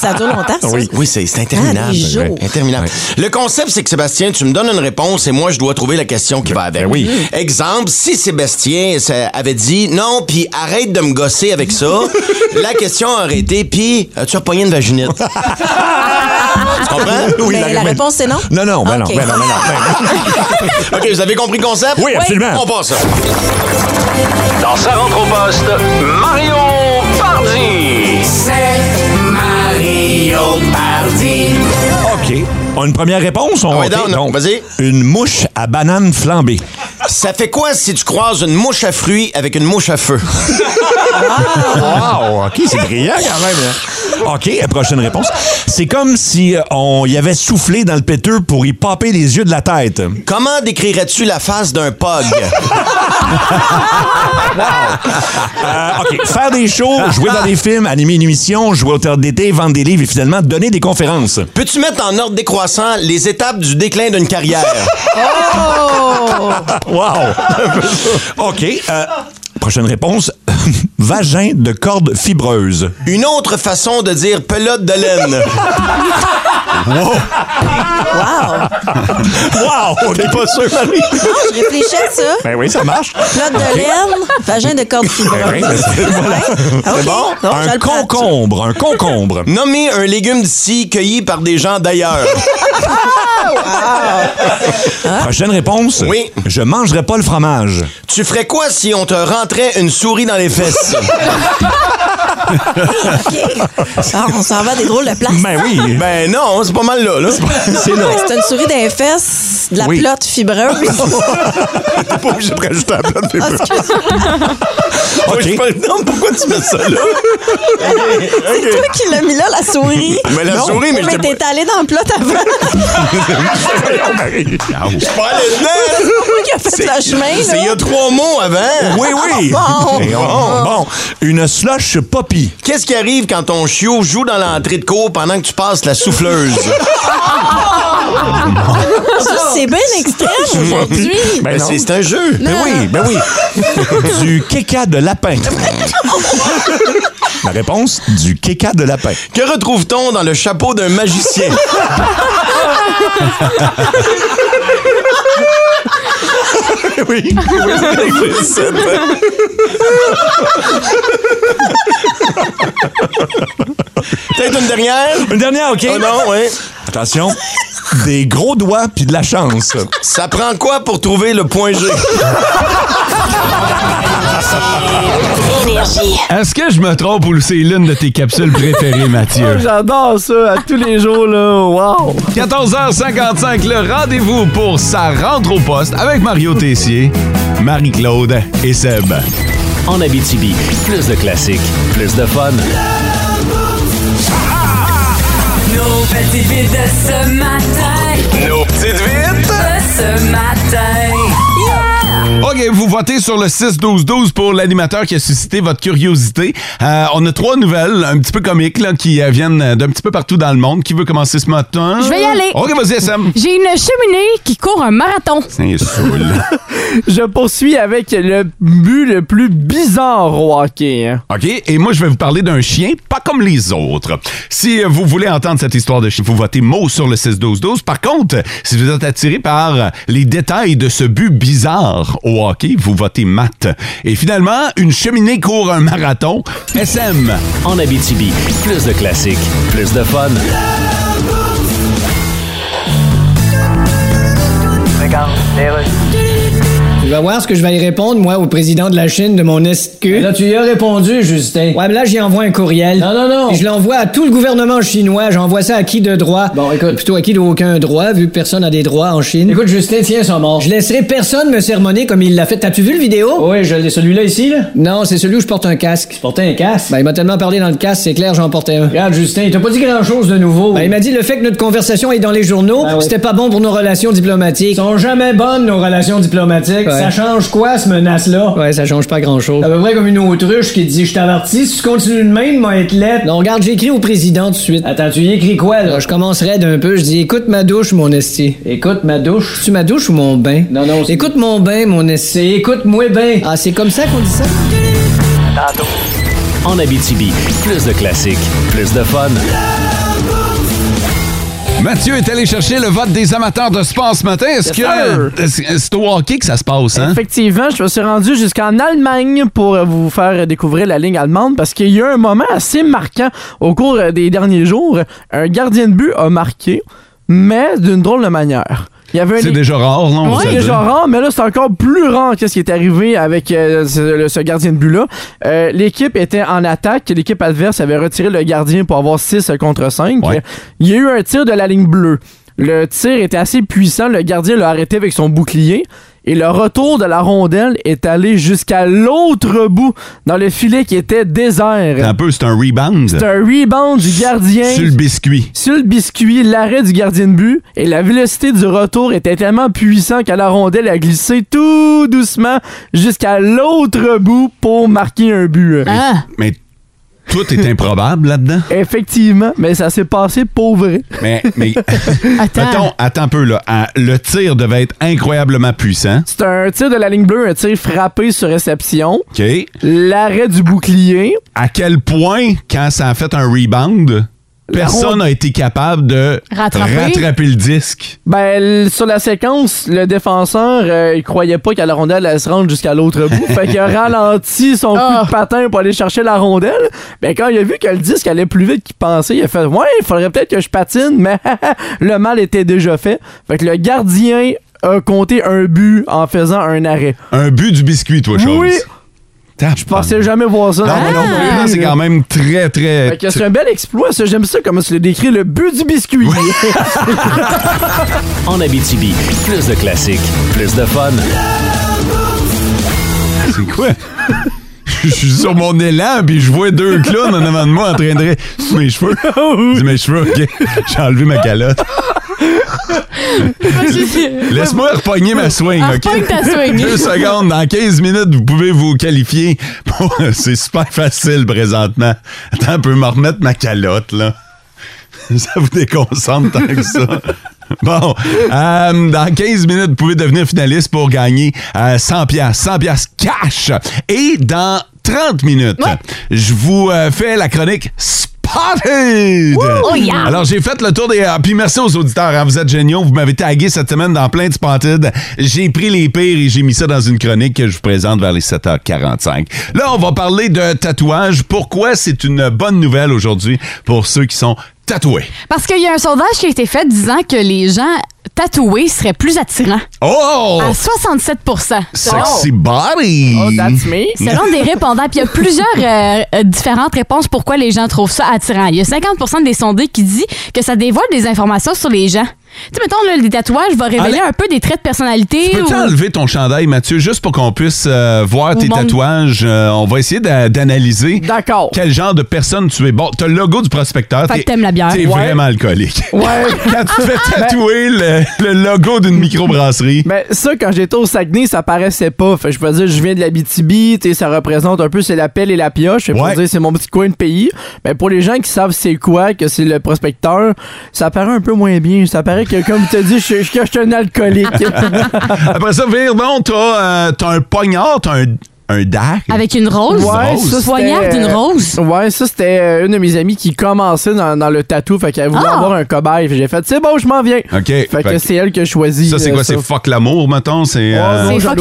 [SPEAKER 10] Ça dure longtemps, ça.
[SPEAKER 9] Ah Oui, c'est c'est interminable.
[SPEAKER 10] Ah, des jours.
[SPEAKER 9] Interminable. Le concept, c'est que Sébastien, tu me donnes une réponse et moi, je dois trouver la question qui va avec. Ben, oui.
[SPEAKER 10] Mm.
[SPEAKER 9] Exemple, si Sébastien ça, avait dit non, puis arrête de me gosser avec ça, la question aurait été, puis as-tu repogné une vaginite? tu comprends?
[SPEAKER 10] Mais la réponse, c'est non?
[SPEAKER 8] Non, non, ben
[SPEAKER 10] Ok.
[SPEAKER 8] non, ben non, ben non, ben non.
[SPEAKER 9] OK, vous avez compris le concept?
[SPEAKER 8] Oui, absolument.
[SPEAKER 9] On passe ça.
[SPEAKER 2] Dans sa rentre au poste, Mario Pardi.
[SPEAKER 8] Ah OK. On a une première réponse? On
[SPEAKER 9] Ah ouais,
[SPEAKER 8] OK,
[SPEAKER 9] donc,
[SPEAKER 8] donc,
[SPEAKER 9] vas-y.
[SPEAKER 8] Une mouche à banane flambée.
[SPEAKER 9] Ça fait quoi si tu croises une mouche à fruits avec une mouche à feu?
[SPEAKER 8] Wow, OK, c'est brillant quand même. hein. OK, prochaine réponse. C'est comme si euh, on y avait soufflé dans le péteux pour y popper les yeux de la tête.
[SPEAKER 9] Comment décrirais-tu la face d'un pug?
[SPEAKER 8] Euh, OK, faire des shows, jouer dans des films, animer une émission, jouer au théâtre d'été, vendre des livres et finalement donner des conférences.
[SPEAKER 9] Peux-tu mettre en ordre décroissant les étapes du déclin d'une carrière?
[SPEAKER 8] Wow! OK. euh, Prochaine réponse. Vagin de corde fibreuse.
[SPEAKER 9] Une autre façon de dire pelote de laine.
[SPEAKER 8] Wow!
[SPEAKER 9] Wow!
[SPEAKER 8] T'es pas sûr, Marie?
[SPEAKER 10] Non, je réfléchissais à ça.
[SPEAKER 8] Ben oui, ça marche.
[SPEAKER 10] Plotte de laine, vagin de corde
[SPEAKER 8] Ben oui,
[SPEAKER 10] fibreuse.
[SPEAKER 8] ben c'est- voilà.
[SPEAKER 10] Ah,
[SPEAKER 9] C'est
[SPEAKER 10] ok.
[SPEAKER 9] bon?
[SPEAKER 10] Non, je
[SPEAKER 8] un
[SPEAKER 10] le prends.
[SPEAKER 8] concombre, un concombre.
[SPEAKER 9] Nommez un légume d'ici cueilli par des gens d'ailleurs.
[SPEAKER 10] Ah.
[SPEAKER 8] Prochaine réponse.
[SPEAKER 9] Oui.
[SPEAKER 8] Je mangerai pas le fromage.
[SPEAKER 9] tu ferais quoi si on te rentrait une souris dans les fesses?
[SPEAKER 10] Ah, on s'en va à des drôles de places.
[SPEAKER 8] Ben oui.
[SPEAKER 9] ben non, c'est pas mal là. là.
[SPEAKER 8] C'est là.
[SPEAKER 10] C'est une souris d'un fesses, de la
[SPEAKER 8] Oui.
[SPEAKER 10] plotte fibreuse. Ah,
[SPEAKER 8] T'es pas obligé de rajouter la plate des
[SPEAKER 9] Moi, je fais, Non, pourquoi tu mets ça là?
[SPEAKER 10] C'est toi qui l'as mis là, la souris.
[SPEAKER 9] Mais la
[SPEAKER 10] Non.
[SPEAKER 9] souris, mais
[SPEAKER 10] mais
[SPEAKER 9] j'étais
[SPEAKER 10] t'es allé dans le plot avant.
[SPEAKER 9] Je suis pas allé dedans.
[SPEAKER 10] C'est moi qui a fait le chemin,
[SPEAKER 9] C'est il y
[SPEAKER 10] là.
[SPEAKER 9] a trois mots avant. Ah,
[SPEAKER 8] Oui, oui.
[SPEAKER 10] Bon.
[SPEAKER 8] Et
[SPEAKER 9] Oh.
[SPEAKER 8] on- bon, une slush poppy.
[SPEAKER 9] Qu'est-ce qui arrive quand ton chiot joue dans l'entrée de cour pendant que tu passes la souffleuse?
[SPEAKER 10] Ça, c'est bien extrême
[SPEAKER 5] Ah,
[SPEAKER 10] aujourd'hui.
[SPEAKER 9] Ben, c'est c'est un jeu.
[SPEAKER 8] Ben oui, ben oui. du kéka de lapin. La réponse, du kéka de lapin.
[SPEAKER 9] Que retrouve-t-on dans le chapeau d'un magicien?
[SPEAKER 8] Oui.
[SPEAKER 9] Peut-être une dernière?
[SPEAKER 8] Une dernière, OK?
[SPEAKER 9] Oh non, oui.
[SPEAKER 8] Attention. Des gros doigts puis de la chance.
[SPEAKER 9] Ça prend quoi pour trouver le point G?
[SPEAKER 3] Est-ce que je me trompe ou c'est l'une de tes capsules préférées, Mathieu?
[SPEAKER 4] Ah, J'adore ça, à tous les jours, là. Wow!
[SPEAKER 3] 14h55, le rendez-vous pour sa rentre au poste avec Mario Tessier, Marie-Claude et Seb.
[SPEAKER 2] En Abitibi, plus de classiques, plus de fun.
[SPEAKER 1] Nos petites vites de ce matin.
[SPEAKER 2] Nos petites vites.
[SPEAKER 1] De ce matin. Yeah!
[SPEAKER 3] OK, vous votez sur le 6-12-12 pour l'animateur qui a suscité votre curiosité. Euh, on a trois nouvelles un petit peu comiques là, qui euh, viennent d'un petit peu partout dans le monde. Qui veut commencer ce matin?
[SPEAKER 5] Je vais y aller.
[SPEAKER 3] OK, vas-y, Sam.
[SPEAKER 5] J'ai une cheminée qui court un marathon.
[SPEAKER 3] C'est saoul.
[SPEAKER 4] Je poursuis avec le but le plus bizarre au hockey. hein.
[SPEAKER 3] OK? Et moi, je vais vous parler d'un chien, pas comme les autres. Si euh, vous voulez entendre cette histoire de chien, vous votez mot sur le 6-12-12. Par contre, si vous êtes attiré par euh, les détails de ce but bizarre au hockey, vous votez mat. Et finalement, une cheminée court un marathon. SM.
[SPEAKER 2] En Abitibi, plus de classiques, plus de fun.
[SPEAKER 6] Tu vas voir ce que je vais y répondre, moi, au président de la Chine de mon SQ. Ben Là, tu y as répondu, Justin.
[SPEAKER 7] Ouais, mais là, j'y envoie un courriel.
[SPEAKER 6] Non, non, non.
[SPEAKER 7] Puis je l'envoie à tout le gouvernement chinois. J'envoie ça à qui de droit?
[SPEAKER 6] Bon, écoute.
[SPEAKER 7] Plutôt à qui n'a aucun droit, vu que personne n'a des droits en Chine.
[SPEAKER 6] Écoute, Justin, tiens son mort.
[SPEAKER 7] Je laisserai personne me sermonner comme il l'a fait. T'as-tu vu le vidéo?
[SPEAKER 6] Oui, je l'ai celui-là ici, là.
[SPEAKER 7] Non, c'est celui où je porte un casque.
[SPEAKER 6] Porter un casque.
[SPEAKER 7] Ben, il m'a tellement parlé dans le casque, c'est clair, j'en portais un.
[SPEAKER 6] Regarde, Justin, il t'a pas dit grand-chose de nouveau.
[SPEAKER 7] Ben, il m'a dit le fait que notre conversation est dans les journaux,
[SPEAKER 6] Ben oui.
[SPEAKER 7] c'était pas bon pour nos relations diplomatiques.
[SPEAKER 6] sont jamais bonnes, nos relations diplomatiques.
[SPEAKER 7] Ouais.
[SPEAKER 6] Ça change quoi, ce menace-là?
[SPEAKER 7] Ouais, ça change pas grand-chose.
[SPEAKER 6] C'est à peu près comme une autruche qui dit Je t'avertis, si tu continues de même, moi être lettre.
[SPEAKER 7] Non, regarde, j'écris au président tout de suite.
[SPEAKER 6] Attends, tu y écris quoi, là?
[SPEAKER 7] Alors, je commencerai d'un peu, je dis écoute ma douche, mon esti.
[SPEAKER 6] Écoute ma douche.
[SPEAKER 7] Tu ma douche ou mon bain?
[SPEAKER 6] Non, non, c'est-
[SPEAKER 7] Écoute mon bain, mon esti.
[SPEAKER 6] C'est écoute-moi bien.
[SPEAKER 7] Ah, c'est comme ça qu'on dit ça?
[SPEAKER 2] En Abitibi, plus de classiques, plus de fun.
[SPEAKER 3] Mathieu est allé chercher le vote des amateurs de sport ce matin. Est-ce
[SPEAKER 4] Yes,
[SPEAKER 3] que est-ce- c'est au hockey que ça se passe, hein?
[SPEAKER 4] Effectivement, je me suis rendu jusqu'en Allemagne pour euh, vous faire découvrir la ligne allemande parce qu'il y a un moment assez marquant au cours euh, des derniers jours. Un gardien de but a marqué, mais d'une drôle de manière. Il y avait un
[SPEAKER 3] C'est déjà rare, non? on va se
[SPEAKER 4] Ouais,
[SPEAKER 3] le
[SPEAKER 4] déjà
[SPEAKER 3] dire.
[SPEAKER 4] rare, mais là, c'est encore plus rare qu'est-ce qui est arrivé avec euh, ce, le- ce gardien de but-là. Euh, l'équipe était en attaque. L'équipe adverse avait retiré le gardien pour avoir 6 contre 5.
[SPEAKER 3] Ouais.
[SPEAKER 4] Il y a eu un tir de la ligne bleue. Le tir était assez puissant. Le gardien l'a arrêté avec son bouclier. Et le retour de la rondelle est allé jusqu'à l'autre bout, dans le filet qui était désert.
[SPEAKER 3] Un peu, c'est un rebound.
[SPEAKER 4] C'est un rebound du gardien
[SPEAKER 3] Ah. Sur le biscuit.
[SPEAKER 4] sur le biscuit, l'arrêt du gardien de but et la vélocité du retour était tellement puissant qu'à la rondelle a glissé tout doucement jusqu'à l'autre bout pour marquer un but. hein.
[SPEAKER 5] Ah,
[SPEAKER 3] Mais Tout est improbable là-dedans.
[SPEAKER 4] Effectivement, mais ça s'est passé pour vrai.
[SPEAKER 3] Mais, mais
[SPEAKER 4] Attends.
[SPEAKER 3] Mettons, attends un peu, là. Hein, Le tir devait être incroyablement puissant.
[SPEAKER 4] C'est un tir de la ligne bleue, un tir frappé sur réception.
[SPEAKER 3] OK.
[SPEAKER 4] L'arrêt du bouclier.
[SPEAKER 3] À quel point, quand ça a fait un rebound, personne n'a été capable de
[SPEAKER 4] Rattraper.
[SPEAKER 3] rattraper le disque.
[SPEAKER 4] Ben, l- sur la séquence, le défenseur, euh, il croyait pas qu'à la rondelle, elle se rende jusqu'à l'autre bout. fait qu'il a ralenti son
[SPEAKER 3] Ah.
[SPEAKER 4] coup de patin pour aller chercher la rondelle. Ben, quand il a vu que le disque allait plus vite qu'il pensait, il a fait Ouais, il faudrait peut-être que je patine, mais le mal était déjà fait. Fait que le gardien a compté un but en faisant un arrêt.
[SPEAKER 3] Un but du biscuit, toi, chose.
[SPEAKER 4] Oui.
[SPEAKER 3] Je
[SPEAKER 4] pensais jamais voir ça.
[SPEAKER 3] Non,
[SPEAKER 4] Ah!
[SPEAKER 3] mais non, mais non, c'est quand même très, très.
[SPEAKER 4] Fait que c'est un bel exploit, ça. J'aime ça, comme tu le décrit, le but du biscuit.
[SPEAKER 2] En Abitibi, plus de classiques, plus de fun.
[SPEAKER 3] C'est quoi? Je suis sur mon élan, puis je vois deux clowns en avant de moi en train de rire. C'est mes cheveux. C'est mes cheveux, OK. J'ai enlevé ma calotte. Laisse-moi repogner ma swing,
[SPEAKER 4] Ah,
[SPEAKER 3] OK?
[SPEAKER 5] Repogne ta swing.
[SPEAKER 3] Deux secondes. Dans 15 minutes, vous pouvez vous qualifier. pour- C'est super facile présentement. Attends, on peut me remettre ma calotte, là. Ça vous déconcentre tant que ça. Bon, euh, dans 15 minutes, vous pouvez devenir finaliste pour gagner euh, 100 piastres, 100 piastres cash. Et dans 30 minutes, je vous euh, fais la chronique Spotted.
[SPEAKER 11] Oh, yeah.
[SPEAKER 3] Alors, j'ai fait le tour des... ah, puis merci aux auditeurs, hein, vous êtes géniaux. Vous m'avez tagué cette semaine dans plein de Spotted. J'ai pris les pires et j'ai mis ça dans une chronique que je vous présente vers les 7h45. Là, on va parler de tatouage. Pourquoi c'est une bonne nouvelle aujourd'hui pour ceux qui sont tatoués?
[SPEAKER 5] Parce qu'il y a un sondage qui a été fait disant que les gens tatoués seraient plus attirants.
[SPEAKER 3] Oh!
[SPEAKER 5] À 67
[SPEAKER 3] Sexy body!
[SPEAKER 5] Ah, Oh,
[SPEAKER 3] that's
[SPEAKER 4] me!
[SPEAKER 5] Selon des répondants, puis il y a plusieurs euh, euh, différentes réponses pourquoi les gens trouvent ça attirant. Il y a 50 des sondés qui disent que ça dévoile des informations sur les gens. Tu sais, mettons, là, les tatouages vont révéler
[SPEAKER 3] Allez.
[SPEAKER 5] un peu des traits de personnalité.
[SPEAKER 3] Peux-tu
[SPEAKER 5] ou-
[SPEAKER 3] enlever ton chandail, Mathieu, juste pour qu'on puisse euh, voir
[SPEAKER 5] Au
[SPEAKER 3] tes
[SPEAKER 5] monde.
[SPEAKER 3] tatouages? Euh, on va essayer d'a- d'analyser quel genre de personne tu es. Bon, t'as le logo du prospecteur.
[SPEAKER 5] Fait que
[SPEAKER 3] t'es-
[SPEAKER 5] t'aimes la bière.
[SPEAKER 3] T'es
[SPEAKER 5] Ouais.
[SPEAKER 3] vraiment alcoolique.
[SPEAKER 4] Ouais.
[SPEAKER 3] Quand tu te fais tatouer le, le logo d'une microbrasserie.
[SPEAKER 4] Ben, ça, quand j'étais au Saguenay, ça paraissait pas. Fait, que je peux dire, je viens de la BTB, ça représente un peu, c'est la pelle et la pioche. Fait,
[SPEAKER 3] Ouais.
[SPEAKER 4] pour dire, c'est mon petit coin de pays. Mais pour les gens qui savent c'est quoi, que c'est le prospecteur, ça paraît un peu moins bien. Ça paraît que, comme tu as dit, je, je- que je suis un alcoolique.
[SPEAKER 3] Après ça, Virdon, t'as euh, t'as un poignard, t'as un, un dard.
[SPEAKER 5] Avec une rose.
[SPEAKER 4] Ouais,
[SPEAKER 5] Une
[SPEAKER 4] ça,
[SPEAKER 5] rose.
[SPEAKER 4] c'était-
[SPEAKER 5] Poignard d'une rose.
[SPEAKER 4] Ouais, ça, c'était euh, une de mes amies qui commençait dans, dans le tatou. Fait qu'elle voulait
[SPEAKER 5] Ah!
[SPEAKER 4] avoir un cobaye. Fait que j'ai fait, c'est bon, je m'en viens.
[SPEAKER 3] OK.
[SPEAKER 4] Fait que c'est elle qui a choisi.
[SPEAKER 3] Ça, c'est
[SPEAKER 4] euh,
[SPEAKER 3] quoi? C'est fuck l'amour, mettons? C'est. euh,
[SPEAKER 4] non, j'en ai-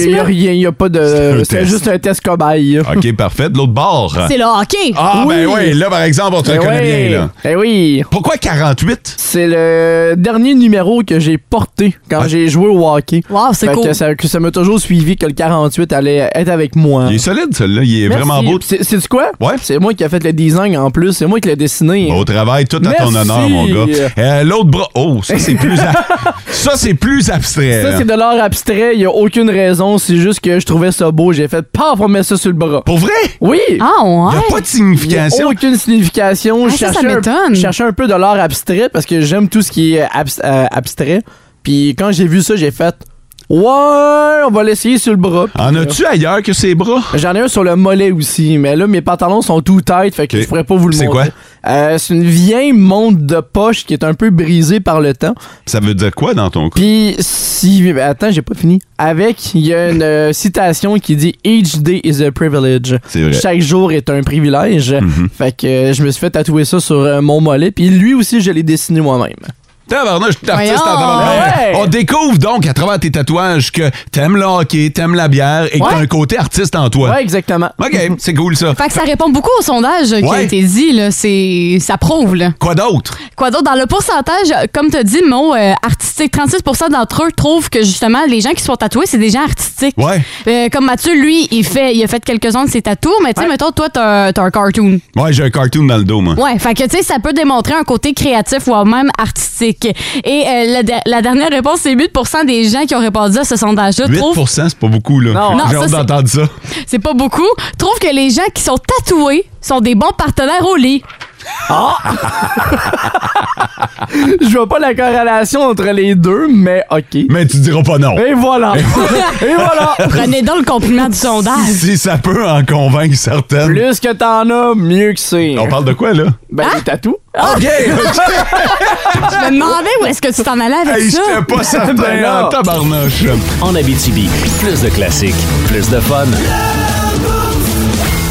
[SPEAKER 4] Il y a rien, il y a pas de.
[SPEAKER 3] test.
[SPEAKER 4] C'est juste un test cobaye.
[SPEAKER 3] OK, parfait. De l'autre bord.
[SPEAKER 5] C'est le hockey.
[SPEAKER 3] Ah, ben oui, là, par exemple, on te
[SPEAKER 4] Ben
[SPEAKER 3] reconnaît
[SPEAKER 4] ouais.
[SPEAKER 3] bien, là.
[SPEAKER 4] Ben oui.
[SPEAKER 3] Pourquoi 48?
[SPEAKER 4] C'est le dernier numéro que j'ai porté quand j'ai joué au hockey.
[SPEAKER 5] Wow, c'est
[SPEAKER 3] Ben,
[SPEAKER 4] Fait
[SPEAKER 5] cool.
[SPEAKER 4] Que ça, que ça m'a toujours suivi que le 48 allait être avec moi.
[SPEAKER 3] Il est solide, celui-là. Il est
[SPEAKER 4] Merci.
[SPEAKER 3] vraiment beau.
[SPEAKER 4] Puis C'est c'est-tu quoi? C'est moi qui ai fait le design en plus. C'est moi qui l'ai dessiné.
[SPEAKER 3] Au travail, tout à ton
[SPEAKER 4] Merci.
[SPEAKER 3] honneur, mon gars. Euh, L'autre bras. Oh, ça, c'est plus, a- ça, c'est plus abstrait.
[SPEAKER 4] Ça,
[SPEAKER 3] là.
[SPEAKER 4] c'est de l'art abstrait. Il n'y a aucune raison. C'est juste que je trouvais ça beau. J'ai fait, paf, on met ça sur le bras.
[SPEAKER 3] Pour vrai?
[SPEAKER 4] Oui.
[SPEAKER 5] Ah, ouais.
[SPEAKER 3] Il y a pas de
[SPEAKER 4] Il y
[SPEAKER 3] signification.
[SPEAKER 4] a aucune signification.
[SPEAKER 5] Ah,
[SPEAKER 4] je,
[SPEAKER 5] ça, ça
[SPEAKER 4] cherchais un,
[SPEAKER 5] m'étonne.
[SPEAKER 4] je cherchais un peu de l'art abstrait parce que j'aime tout ce qui est abs- euh, abstrait. Puis quand j'ai vu ça, j'ai fait Ouais, on va l'essayer sur le bras.
[SPEAKER 3] En as-tu ailleurs que ses bras?
[SPEAKER 4] J'en ai un sur le mollet aussi, mais là, mes pantalons sont tout tight, fait que je pourrais pas vous le
[SPEAKER 3] C'est
[SPEAKER 4] montrer.
[SPEAKER 3] quoi?
[SPEAKER 4] Euh, c'est une vieille montre de poche qui est un peu brisée par le temps.
[SPEAKER 3] Ça veut dire quoi dans ton cas?
[SPEAKER 4] Puis, si. ben, attends, j'ai pas fini. Avec, il y a une euh, citation qui dit Each day is a privilege.
[SPEAKER 3] C'est vrai. Mhm.
[SPEAKER 4] Chaque jour est un privilège. Fait que euh, je me suis fait tatouer ça sur euh, mon mollet. Puis, lui aussi, je l'ai dessiné moi-même.
[SPEAKER 3] Tabarnouche, je suis artiste
[SPEAKER 4] Voyons.
[SPEAKER 3] en tabarnak.
[SPEAKER 4] Ouais.
[SPEAKER 3] On découvre donc à travers tes tatouages que t'aimes le hockey, t'aimes la bière et que
[SPEAKER 5] Ouais.
[SPEAKER 3] t'as un côté artiste en toi.
[SPEAKER 4] Ouais, exactement.
[SPEAKER 3] OK, c'est cool ça.
[SPEAKER 5] Fait que ça répond beaucoup au sondage qui a
[SPEAKER 3] Ouais.
[SPEAKER 5] été dit. Là. C'est- Ça prouve. Là.
[SPEAKER 3] Quoi d'autre?
[SPEAKER 5] Quoi d'autre? Dans le pourcentage, euh, comme tu dit, mot euh, artistique, 36 d'entre eux trouvent que justement, les gens qui sont tatoués, c'est des gens artistiques.
[SPEAKER 3] Ouais.
[SPEAKER 5] Euh, comme Mathieu, lui, il, fait, il a fait quelques-uns de ses tatous, mais tu sais, mettons, toi, t'as un, t'as un cartoon.
[SPEAKER 3] Ouais, j'ai un cartoon dans le dos, moi.
[SPEAKER 5] Ouais, fait que, tu sais, ça peut démontrer un côté créatif, voire même artistique. Et euh, la, de- la dernière réponse, c'est 8 des gens qui ont répondu à ce sondage-là
[SPEAKER 3] 8
[SPEAKER 5] trouvent
[SPEAKER 3] c'est pas beaucoup, là.
[SPEAKER 5] Non. Non,
[SPEAKER 3] J'ai
[SPEAKER 5] ça,
[SPEAKER 3] hâte
[SPEAKER 5] c'est-
[SPEAKER 3] d'entendre ça.
[SPEAKER 5] c'est pas beaucoup, trouvent que les gens qui sont tatoués sont des bons partenaires au lit.
[SPEAKER 4] Je vois pas la corrélation entre les deux, mais OK.
[SPEAKER 3] Mais tu diras pas non.
[SPEAKER 4] Et voilà. Et voilà.
[SPEAKER 5] Prenez donc le compliment
[SPEAKER 4] Ah.
[SPEAKER 5] du sondage.
[SPEAKER 3] Si ça peut en convaincre certaines.
[SPEAKER 4] Plus que t'en as, mieux que c'est.
[SPEAKER 3] On parle de quoi, là?
[SPEAKER 4] Ben,
[SPEAKER 5] Hein?
[SPEAKER 4] les tatous.
[SPEAKER 3] OK!
[SPEAKER 5] Je me demandais où est-ce que tu t'en allais avec
[SPEAKER 3] hey,
[SPEAKER 5] ça.
[SPEAKER 3] j'étais pas certain,
[SPEAKER 4] Ben
[SPEAKER 3] hein,
[SPEAKER 4] non.
[SPEAKER 3] tabarnouche.
[SPEAKER 2] En Abitibi, plus de classiques, plus de fun.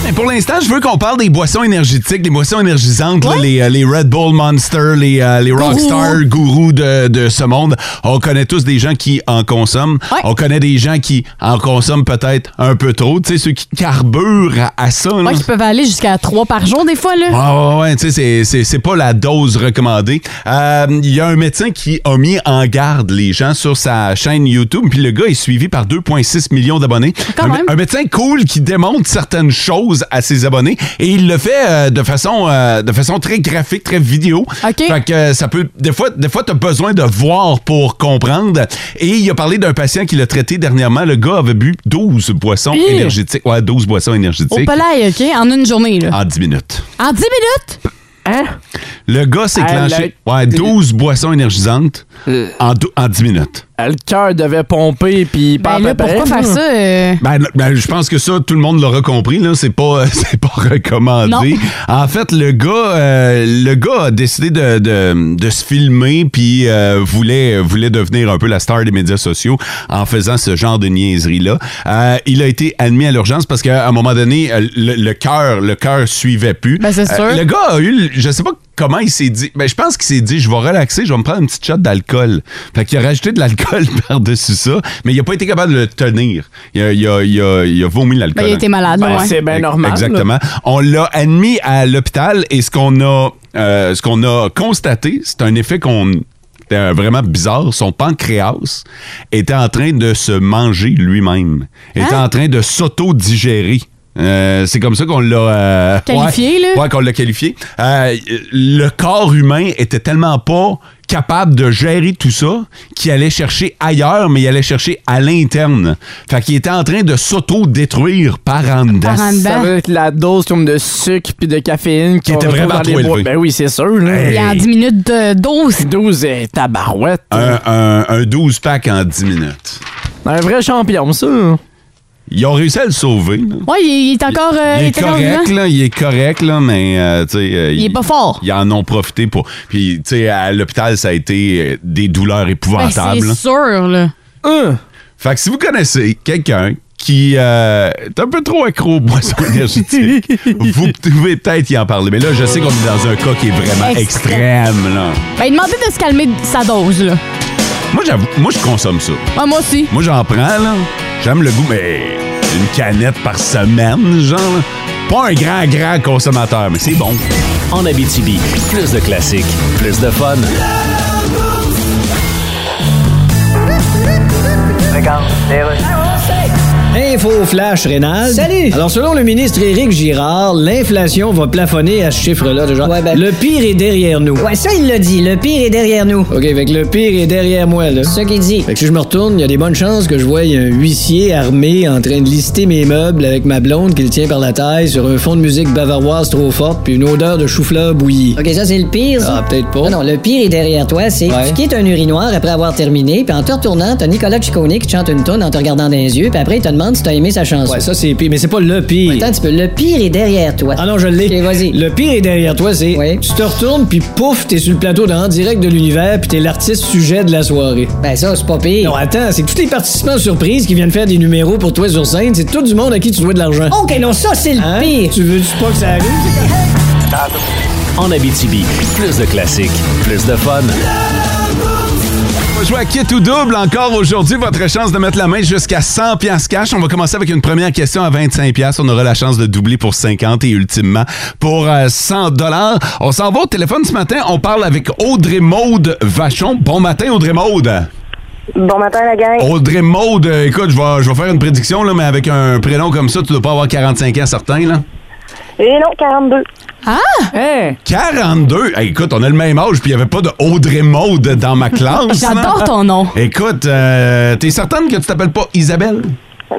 [SPEAKER 3] Mais pour l'instant, je veux qu'on parle des boissons énergétiques, les boissons énergisantes, là, les, euh, les Red Bull Monster, les, euh, les Rockstar gourous de, de ce monde. On connaît tous des gens qui en consomment.
[SPEAKER 5] Ouais.
[SPEAKER 3] On connaît des gens qui en consomment peut-être un peu trop. Tu sais, ceux qui carburent à, à ça. là.
[SPEAKER 5] Moi, qui peuvent aller jusqu'à trois par jour, des fois, là.
[SPEAKER 3] Ouais, ouais, ouais, tu sais, c'est- c'est- c'est pas la dose recommandée. Euh, Il y a un médecin qui a mis en garde les gens sur sa chaîne YouTube, puis le gars est suivi par 2,6 millions d'abonnés.
[SPEAKER 5] Ah, Quand
[SPEAKER 3] Un,
[SPEAKER 5] même.
[SPEAKER 3] un médecin cool qui démontre certaines choses à ses abonnés, et il le fait euh, de façon euh, de façon très graphique, très vidéo.
[SPEAKER 5] OK.
[SPEAKER 3] Fait que euh, ça peut des fois des fois t'as besoin de voir pour comprendre. Et il a parlé d'un patient qui l'a traité dernièrement. Le gars avait bu 12 boissons
[SPEAKER 5] Hi.
[SPEAKER 3] énergétiques. Ouais, 12 boissons
[SPEAKER 5] Au
[SPEAKER 3] énergétiques
[SPEAKER 5] palais, OK? En une journée, là.
[SPEAKER 3] en 10 minutes.
[SPEAKER 5] En 10 minutes?
[SPEAKER 4] Hein?
[SPEAKER 3] Le gars s'est
[SPEAKER 4] À
[SPEAKER 3] clenché ouais, 12 boissons énergisantes en, dou- en 10 minutes.
[SPEAKER 4] Euh, Le cœur devait pomper, puis
[SPEAKER 5] Ben
[SPEAKER 4] pas
[SPEAKER 5] là, pourquoi faire ça? euh?
[SPEAKER 3] Ben, n- ben, je pense que ça, tout le monde l'aura compris. Là, c'est pas, c'est pas recommandé.
[SPEAKER 5] Non.
[SPEAKER 3] En fait, le gars, euh, le gars a décidé de, de- de se filmer puis euh, voulait, voulait devenir un peu la star des médias sociaux en faisant ce genre de niaiserie là. il a été admis à l'urgence parce qu'à un moment donné, euh, le, le cœur, le cœur suivait plus. Euh,
[SPEAKER 5] Ben, c'est sûr.
[SPEAKER 3] le gars a eu, le- je sais pas comment il s'est dit, mais je pense qu'il s'est dit, je vais relaxer, je vais me prendre une petite shot d'alcool. Fait qu'il a rajouté de l'alcool par-dessus ça, mais il a pas été capable de le tenir. Il a, il a- il a- il a vomi l'alcool.
[SPEAKER 5] Ben, il était malade,
[SPEAKER 4] Ben,
[SPEAKER 5] ouais.
[SPEAKER 4] c'est bien normal.
[SPEAKER 3] Exactement. On l'a admis à l'hôpital et ce qu'on a, euh, ce qu'on a constaté, c'est un effet qu'on euh, vraiment bizarre. Son pancréas était en train de se manger lui-même, était
[SPEAKER 5] Hein?
[SPEAKER 3] en train de s'auto-digérer. Euh, c'est comme ça qu'on l'a euh,
[SPEAKER 5] Qualifié,
[SPEAKER 3] ouais,
[SPEAKER 5] là.
[SPEAKER 3] Ouais, qu'on l'a qualifié. Euh, le corps humain était tellement pas capable de gérer tout ça qu'il allait chercher ailleurs, mais il allait chercher à l'interne. Fait qu'il était en train de s'auto-détruire par en dedans.
[SPEAKER 5] Par en dedans.
[SPEAKER 4] Ça veut dire que la dose comme de sucre puis de caféine
[SPEAKER 3] Qui
[SPEAKER 4] qu'on
[SPEAKER 3] était
[SPEAKER 4] retrouve
[SPEAKER 3] vraiment
[SPEAKER 4] dans les
[SPEAKER 3] trop
[SPEAKER 4] bois-
[SPEAKER 3] élevée.
[SPEAKER 4] Ben oui, c'est sûr. Là.
[SPEAKER 5] Il y a en 10 minutes de dose.
[SPEAKER 4] 12 et tabarouette.
[SPEAKER 3] Un, un- un 12 pack en 10 minutes.
[SPEAKER 4] Un vrai champion, ça.
[SPEAKER 3] Ils ont réussi à le sauver. là.
[SPEAKER 5] Ouais, il, il est encore. euh,
[SPEAKER 3] il est
[SPEAKER 5] encore
[SPEAKER 3] correct,
[SPEAKER 5] vivant.
[SPEAKER 3] là, il est correct, là, mais euh, tu sais, euh,
[SPEAKER 5] Il est pas fort.
[SPEAKER 3] Ils en ont profité pour. Puis, tu sais, à l'hôpital, ça a été euh, des douleurs
[SPEAKER 5] Ben,
[SPEAKER 3] épouvantables. là.
[SPEAKER 5] c'est sûr, là.
[SPEAKER 4] Hein?
[SPEAKER 3] Fait que si vous connaissez quelqu'un qui euh, est un peu trop accro aux boissons énergétiques, vous pouvez peut-être y en parler. Mais là, je sais qu'on est dans un cas qui est vraiment
[SPEAKER 5] Extrême.
[SPEAKER 3] extrême. là.
[SPEAKER 5] Ben, demandez de se calmer de sa dose, là.
[SPEAKER 3] Moi, j'avoue, moi, je consomme ça.
[SPEAKER 5] Ouais, moi aussi.
[SPEAKER 3] Moi, j'en prends, là. J'aime le goût, mais une canette par semaine, genre. là. Pas un grand, grand consommateur, mais c'est bon.
[SPEAKER 2] En Abitibi, plus de classiques, plus de fun.
[SPEAKER 6] Info flash rénal.
[SPEAKER 7] Salut!
[SPEAKER 6] Alors, selon le ministre Éric Girard, l'inflation va plafonner à ce chiffre-là. de genre,
[SPEAKER 7] Ouais, ben-
[SPEAKER 6] Le pire est derrière nous.
[SPEAKER 7] Ouais, ça, il l'a dit. Le pire est derrière nous.
[SPEAKER 6] OK, fait que le pire est derrière moi, là.
[SPEAKER 7] C'est ça qu'il dit.
[SPEAKER 6] Fait que si je me retourne, il y a des bonnes chances que je voie un huissier armé en train de lister mes meubles avec ma blonde qui le tient par la taille sur un fond de musique bavaroise trop forte puis une odeur de chou-fleur bouilli.
[SPEAKER 7] OK, ça, c'est le pire. ça.
[SPEAKER 6] Ah, peut-être pas.
[SPEAKER 7] Non, non, le pire est derrière toi, c'est
[SPEAKER 6] Ouais.
[SPEAKER 7] tu quittes un urinoir après avoir terminé, puis en te retournant, t'as Nicolas Ciccone qui te chante une tonne en te regardant dans les yeux, puis après, il te demande si t'as aimé sa chanson.
[SPEAKER 6] Ouais, ça c'est pire, mais c'est pas le pire.
[SPEAKER 7] Attends un petit peu, le pire est derrière toi.
[SPEAKER 6] Ah non, je l'ai.
[SPEAKER 7] Ok, vas-y.
[SPEAKER 6] Le pire est derrière toi, c'est
[SPEAKER 7] Oui.
[SPEAKER 6] tu te retournes puis pouf, t'es sur le plateau de En direct de l'univers puis t'es l'artiste sujet de la soirée.
[SPEAKER 7] Ben ça, c'est pas pire.
[SPEAKER 6] Non, attends, c'est que tous les participants surprises qui viennent faire des numéros pour toi sur scène, c'est tout du monde à qui tu dois de l'argent.
[SPEAKER 7] OK, non, ça, c'est le
[SPEAKER 6] Hein?
[SPEAKER 7] pire.
[SPEAKER 6] Tu veux-tu pas que ça arrive?
[SPEAKER 2] En Abitibi, plus de classiques, plus de fun.
[SPEAKER 3] On va jouer à Kit ou Double encore aujourd'hui. Votre chance de mettre la main jusqu'à 100 piastres cash. On va commencer avec une première question à 25 piastres. On aura la chance de doubler pour 50 et ultimement pour euh, 100 dollars. On s'en va au téléphone ce matin. On parle avec Audrey Maude Vachon. Bon matin, Audrey Maude.
[SPEAKER 10] Bon matin, la gang.
[SPEAKER 3] Audrey Maude, euh, écoute, je vais, je vais faire une prédiction, là, mais avec un prénom comme ça, tu dois pas avoir 45 ans certain, là.
[SPEAKER 10] Et non, 42.
[SPEAKER 4] Hein?
[SPEAKER 3] 42? Hey, écoute, on a le même âge, puis il n'y avait pas de Audrey Maude dans ma classe. là.
[SPEAKER 5] J'adore ton nom.
[SPEAKER 3] Écoute, euh, t'es certaine que tu t'appelles pas Isabelle?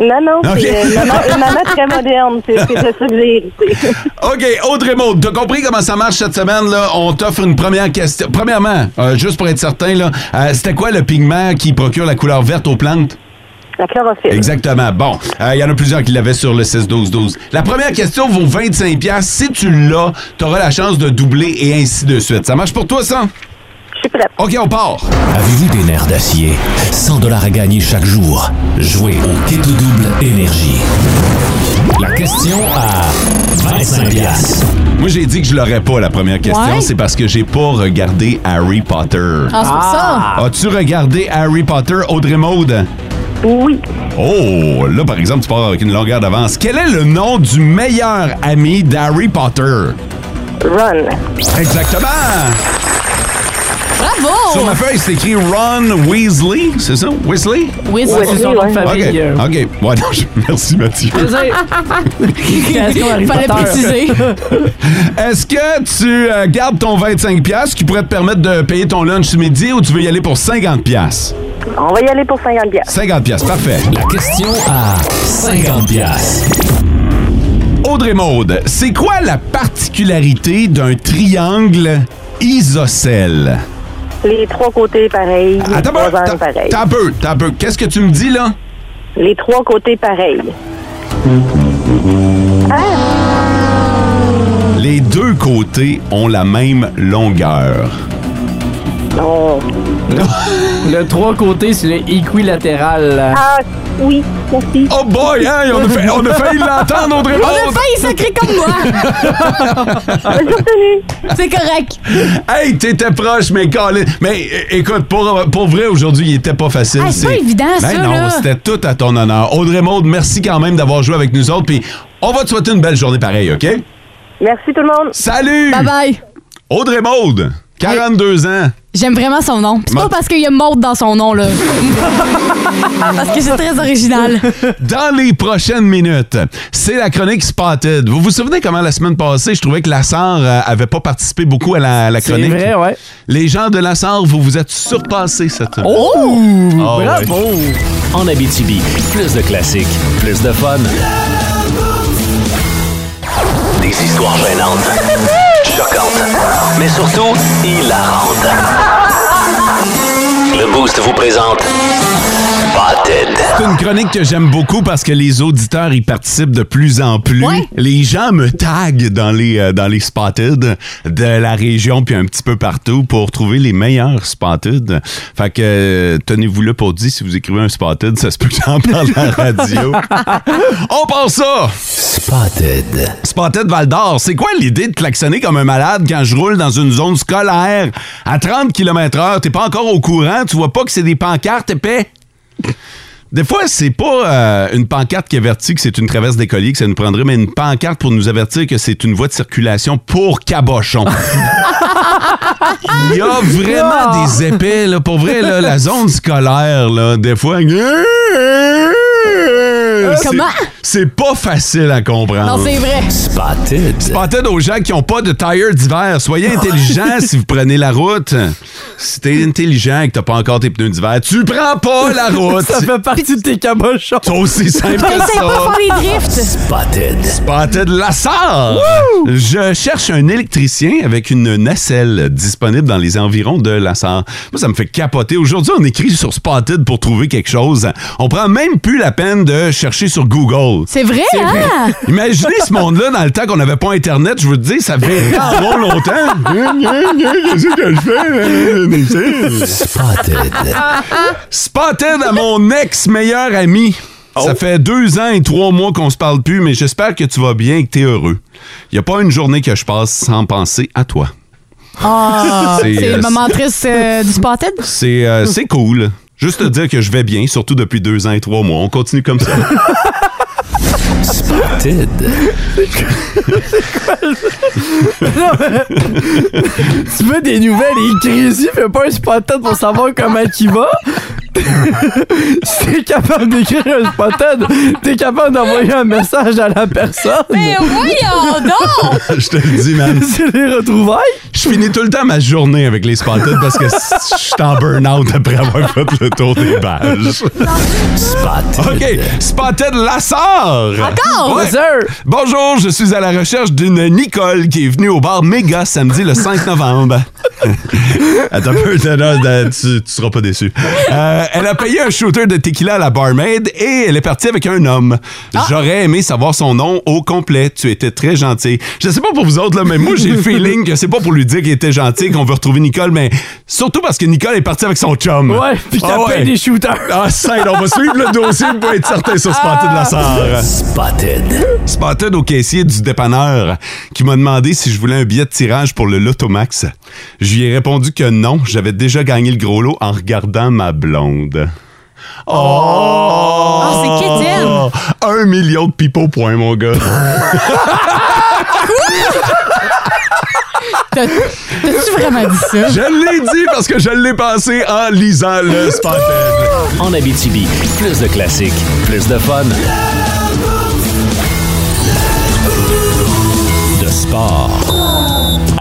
[SPEAKER 10] Non, non,
[SPEAKER 3] Ok.
[SPEAKER 10] c'est une maman, une maman très moderne. C'est c'est de ça que j'ai hérité.
[SPEAKER 3] OK, Audrey Maud, t'as compris comment ça marche cette semaine, là? On t'offre une première question. Premièrement, euh, juste pour être certain, là, euh, c'était quoi le pigment qui procure la couleur verte aux plantes?
[SPEAKER 10] La chlorophylle.
[SPEAKER 3] Exactement. Bon, euh, il y en a plusieurs qui l'avaient sur le 6-12-12. La première question vaut 25$. piastres. Si tu l'as, t'auras la chance de doubler et ainsi de suite. Ça marche pour toi, ça?
[SPEAKER 10] Je suis prête.
[SPEAKER 3] OK, on part.
[SPEAKER 11] Avez-vous des nerfs d'acier? 100 dollars à gagner chaque jour. Jouez au Kit ou Double Énergie. La question à 25 piastres.
[SPEAKER 3] Moi, j'ai dit que je l'aurais pas, la première question.
[SPEAKER 11] Ouais.
[SPEAKER 3] C'est parce que j'ai pas regardé Harry Potter.
[SPEAKER 11] Ah, c'est pour ça.
[SPEAKER 3] As-tu regardé Harry Potter, Audrey Maude?
[SPEAKER 10] Oui.
[SPEAKER 3] Oh, là, par exemple, tu pars avec une longueur d'avance. Quel est le nom du meilleur ami d'Harry Potter?
[SPEAKER 10] Run.
[SPEAKER 3] Exactement!
[SPEAKER 5] Bravo!
[SPEAKER 3] Sur ma feuille, c'est écrit Ron Weasley, c'est ça? Weasley?
[SPEAKER 5] Weasley, Ouais, c'est son nom de
[SPEAKER 3] Ok,
[SPEAKER 5] famille, euh.
[SPEAKER 3] OK. Ouais, non, je- Merci, Mathieu.
[SPEAKER 5] Fallait préciser.
[SPEAKER 3] Est-ce que tu euh, gardes ton 25$ piastres qui pourrait te permettre de payer ton lunch du midi ou tu veux y aller pour 50$? piastres?
[SPEAKER 10] On va y aller pour 50 bières.
[SPEAKER 3] 50$, piastres, parfait. La
[SPEAKER 11] question à 50 piastres.
[SPEAKER 3] Audrey Maude, c'est quoi la particularité d'un triangle isocèle?
[SPEAKER 10] Les trois côtés pareils. Les
[SPEAKER 3] Attends un
[SPEAKER 10] trois
[SPEAKER 3] peu,
[SPEAKER 10] angles pareils.
[SPEAKER 3] T'as un peu, t'as un peu. Qu'est-ce que tu me dis, là?
[SPEAKER 10] Les trois côtés pareils.
[SPEAKER 3] Les deux côtés ont la même longueur.
[SPEAKER 10] Non.
[SPEAKER 4] Le trois côtés, c'est le équilatéral.
[SPEAKER 10] Ah, oui, merci.
[SPEAKER 3] Oh boy, hein, on a, fait- on a failli l'entendre, Audrey
[SPEAKER 5] On a
[SPEAKER 3] Maude.
[SPEAKER 5] failli sacrer comme moi! C'est correct.
[SPEAKER 3] Hey, t'étais proche, mais Colin. Mais é- écoute, pour, pour vrai, aujourd'hui, il était pas facile.
[SPEAKER 5] Ah, c'est pas évident,
[SPEAKER 3] Ben
[SPEAKER 5] ça,
[SPEAKER 3] non,
[SPEAKER 5] là.
[SPEAKER 3] c'était tout à ton honneur. Audrey Maude, merci quand même d'avoir joué avec nous autres. Puis on va te souhaiter une belle journée pareille, OK?
[SPEAKER 10] Merci tout le monde.
[SPEAKER 3] Salut!
[SPEAKER 5] Bye bye.
[SPEAKER 3] Audrey Maude, 42 ans.
[SPEAKER 5] J'aime vraiment son nom. C'est pas
[SPEAKER 3] Ma-
[SPEAKER 5] parce qu'il y a Maud dans son nom, là. parce que c'est très original.
[SPEAKER 3] Dans les prochaines minutes, c'est la chronique Spotted. Vous vous souvenez comment la semaine passée, je trouvais que la SAR euh, avait pas participé beaucoup à la, la
[SPEAKER 4] C'est
[SPEAKER 3] chronique?
[SPEAKER 4] vrai, ouais.
[SPEAKER 3] Les gens de la SAR, vous vous êtes surpassés cette semaine.
[SPEAKER 4] Oh!
[SPEAKER 3] Ah ouais.
[SPEAKER 4] Bravo!
[SPEAKER 2] Oh.
[SPEAKER 11] En Abitibi, plus de classiques, plus de fun.
[SPEAKER 2] Des histoires gênantes, choquantes, mais surtout hilarantes. Le Boost vous présente Spotted.
[SPEAKER 3] C'est une chronique que j'aime beaucoup parce que les auditeurs y participent de plus en plus.
[SPEAKER 5] Ouais.
[SPEAKER 3] Les gens me taguent dans les, euh, dans les spotted de la région puis un petit peu partout pour trouver les meilleurs spotted. Fait que euh, tenez-vous là pour dire si vous écrivez un spotted, ça se peut que j'en parle à la radio. On part ça!
[SPEAKER 11] Spotted.
[SPEAKER 3] Spotted Val d'Or, c'est quoi l'idée de klaxonner comme un malade quand je roule dans une zone scolaire à 30 km/h? T'es pas encore au courant, tu vois pas que c'est des pancartes épais? Des fois, c'est pas euh, une pancarte qui avertit que c'est une traverse d'écolier que ça nous prendrait, mais une pancarte pour nous avertir que c'est une voie de circulation pour cabochon. Il y a vraiment des épais, là, pour vrai, là, la zone scolaire, là, des fois. c'est-
[SPEAKER 5] Comment?
[SPEAKER 3] C'est pas facile à comprendre.
[SPEAKER 5] Non, Ah. c'est vrai.
[SPEAKER 11] Spotted.
[SPEAKER 3] Spotted aux gens qui n'ont pas de tire d'hiver. Soyez intelligents si vous prenez la route. Si t'es intelligent et que t'as pas encore tes pneus d'hiver, tu prends pas la route.
[SPEAKER 4] Ça fait partie de tes cabochons.
[SPEAKER 3] C'est aussi simple que
[SPEAKER 5] T'essayes pas
[SPEAKER 3] ça.
[SPEAKER 5] de faire des drifts.
[SPEAKER 11] Spotted.
[SPEAKER 3] Spotted la sœur. Je cherche un électricien avec une nacelle disponible dans les environs de la Sarre. Moi, ça me fait capoter. Aujourd'hui, on écrit sur Spotted pour trouver quelque chose. On prend même plus la peine de chercher sur Google.
[SPEAKER 5] C'est vrai, hein?
[SPEAKER 3] Imaginez ce monde-là dans le temps qu'on n'avait pas Internet. Je veux te dire, ça verrait en bon longtemps. Qu'est-ce que je fais?
[SPEAKER 11] Spotted.
[SPEAKER 3] Spotted à mon ex-meilleur ami. Ça fait deux ans et trois mois qu'on se parle plus, mais j'espère que tu vas bien et que t'es heureux. Il n'y a pas une journée que je passe sans penser à toi.
[SPEAKER 5] Ah,
[SPEAKER 3] C'est,
[SPEAKER 5] c'est
[SPEAKER 3] euh,
[SPEAKER 5] le moment triste euh, du Spotted.
[SPEAKER 3] C'est euh, c'est cool. Juste te dire que je vais bien, surtout depuis deux ans et trois mois. On continue comme ça.
[SPEAKER 11] Spotted.
[SPEAKER 4] Tu veux des nouvelles? Il crie ici, fait pas un spotted pour savoir comment il va. si t'es capable d'écrire un spotted, t'es capable d'envoyer un message à la personne.
[SPEAKER 5] Mais voyons donc!
[SPEAKER 3] Je te le dis, man.
[SPEAKER 4] C'est les retrouvailles.
[SPEAKER 3] Je finis tout le temps ma journée avec les spotted parce que je suis en burn-out après avoir fait le tour des pages. Spotted. OK. Spotted Lassard.
[SPEAKER 5] Encore?
[SPEAKER 3] Ouais. Bonjour, je suis à la recherche d'une Nicole qui est venue au bar Méga samedi le 5 novembre. Attends un peu, t'as- non, t'as- tu, tu seras pas déçu. Euh, elle a payé un shooter de tequila à la barmaid et elle est partie avec un homme.
[SPEAKER 4] Ah.
[SPEAKER 3] J'aurais aimé savoir son nom au complet. Tu étais très gentil. Je sais pas pour vous autres, là, mais moi, j'ai le feeling que c'est pas pour lui dire qu'il était gentil qu'on veut retrouver Nicole, mais surtout parce que Nicole est partie avec son chum.
[SPEAKER 4] Ouais, puis
[SPEAKER 3] Ah
[SPEAKER 4] t'as
[SPEAKER 3] ouais.
[SPEAKER 4] payé des shooters.
[SPEAKER 3] Ah, Saint, on va suivre le dossier pour être certain sur Spotted
[SPEAKER 5] Ah.
[SPEAKER 3] de la Sarre. Spotted. Spotted au caissier du dépanneur qui m'a demandé si je voulais un billet de tirage pour le Lotomax. Je lui ai répondu que non, j'avais déjà gagné le gros lot en regardant ma blonde. Oh!
[SPEAKER 5] Ah, c'est quétaine.
[SPEAKER 3] Un million de pipeaux point, mon gars.
[SPEAKER 5] T'as- T'as-tu vraiment dit ça?
[SPEAKER 3] je l'ai dit parce que je l'ai passé en lisant le Spotted.
[SPEAKER 2] En Abitibi, plus de classiques, plus de fun. De sport.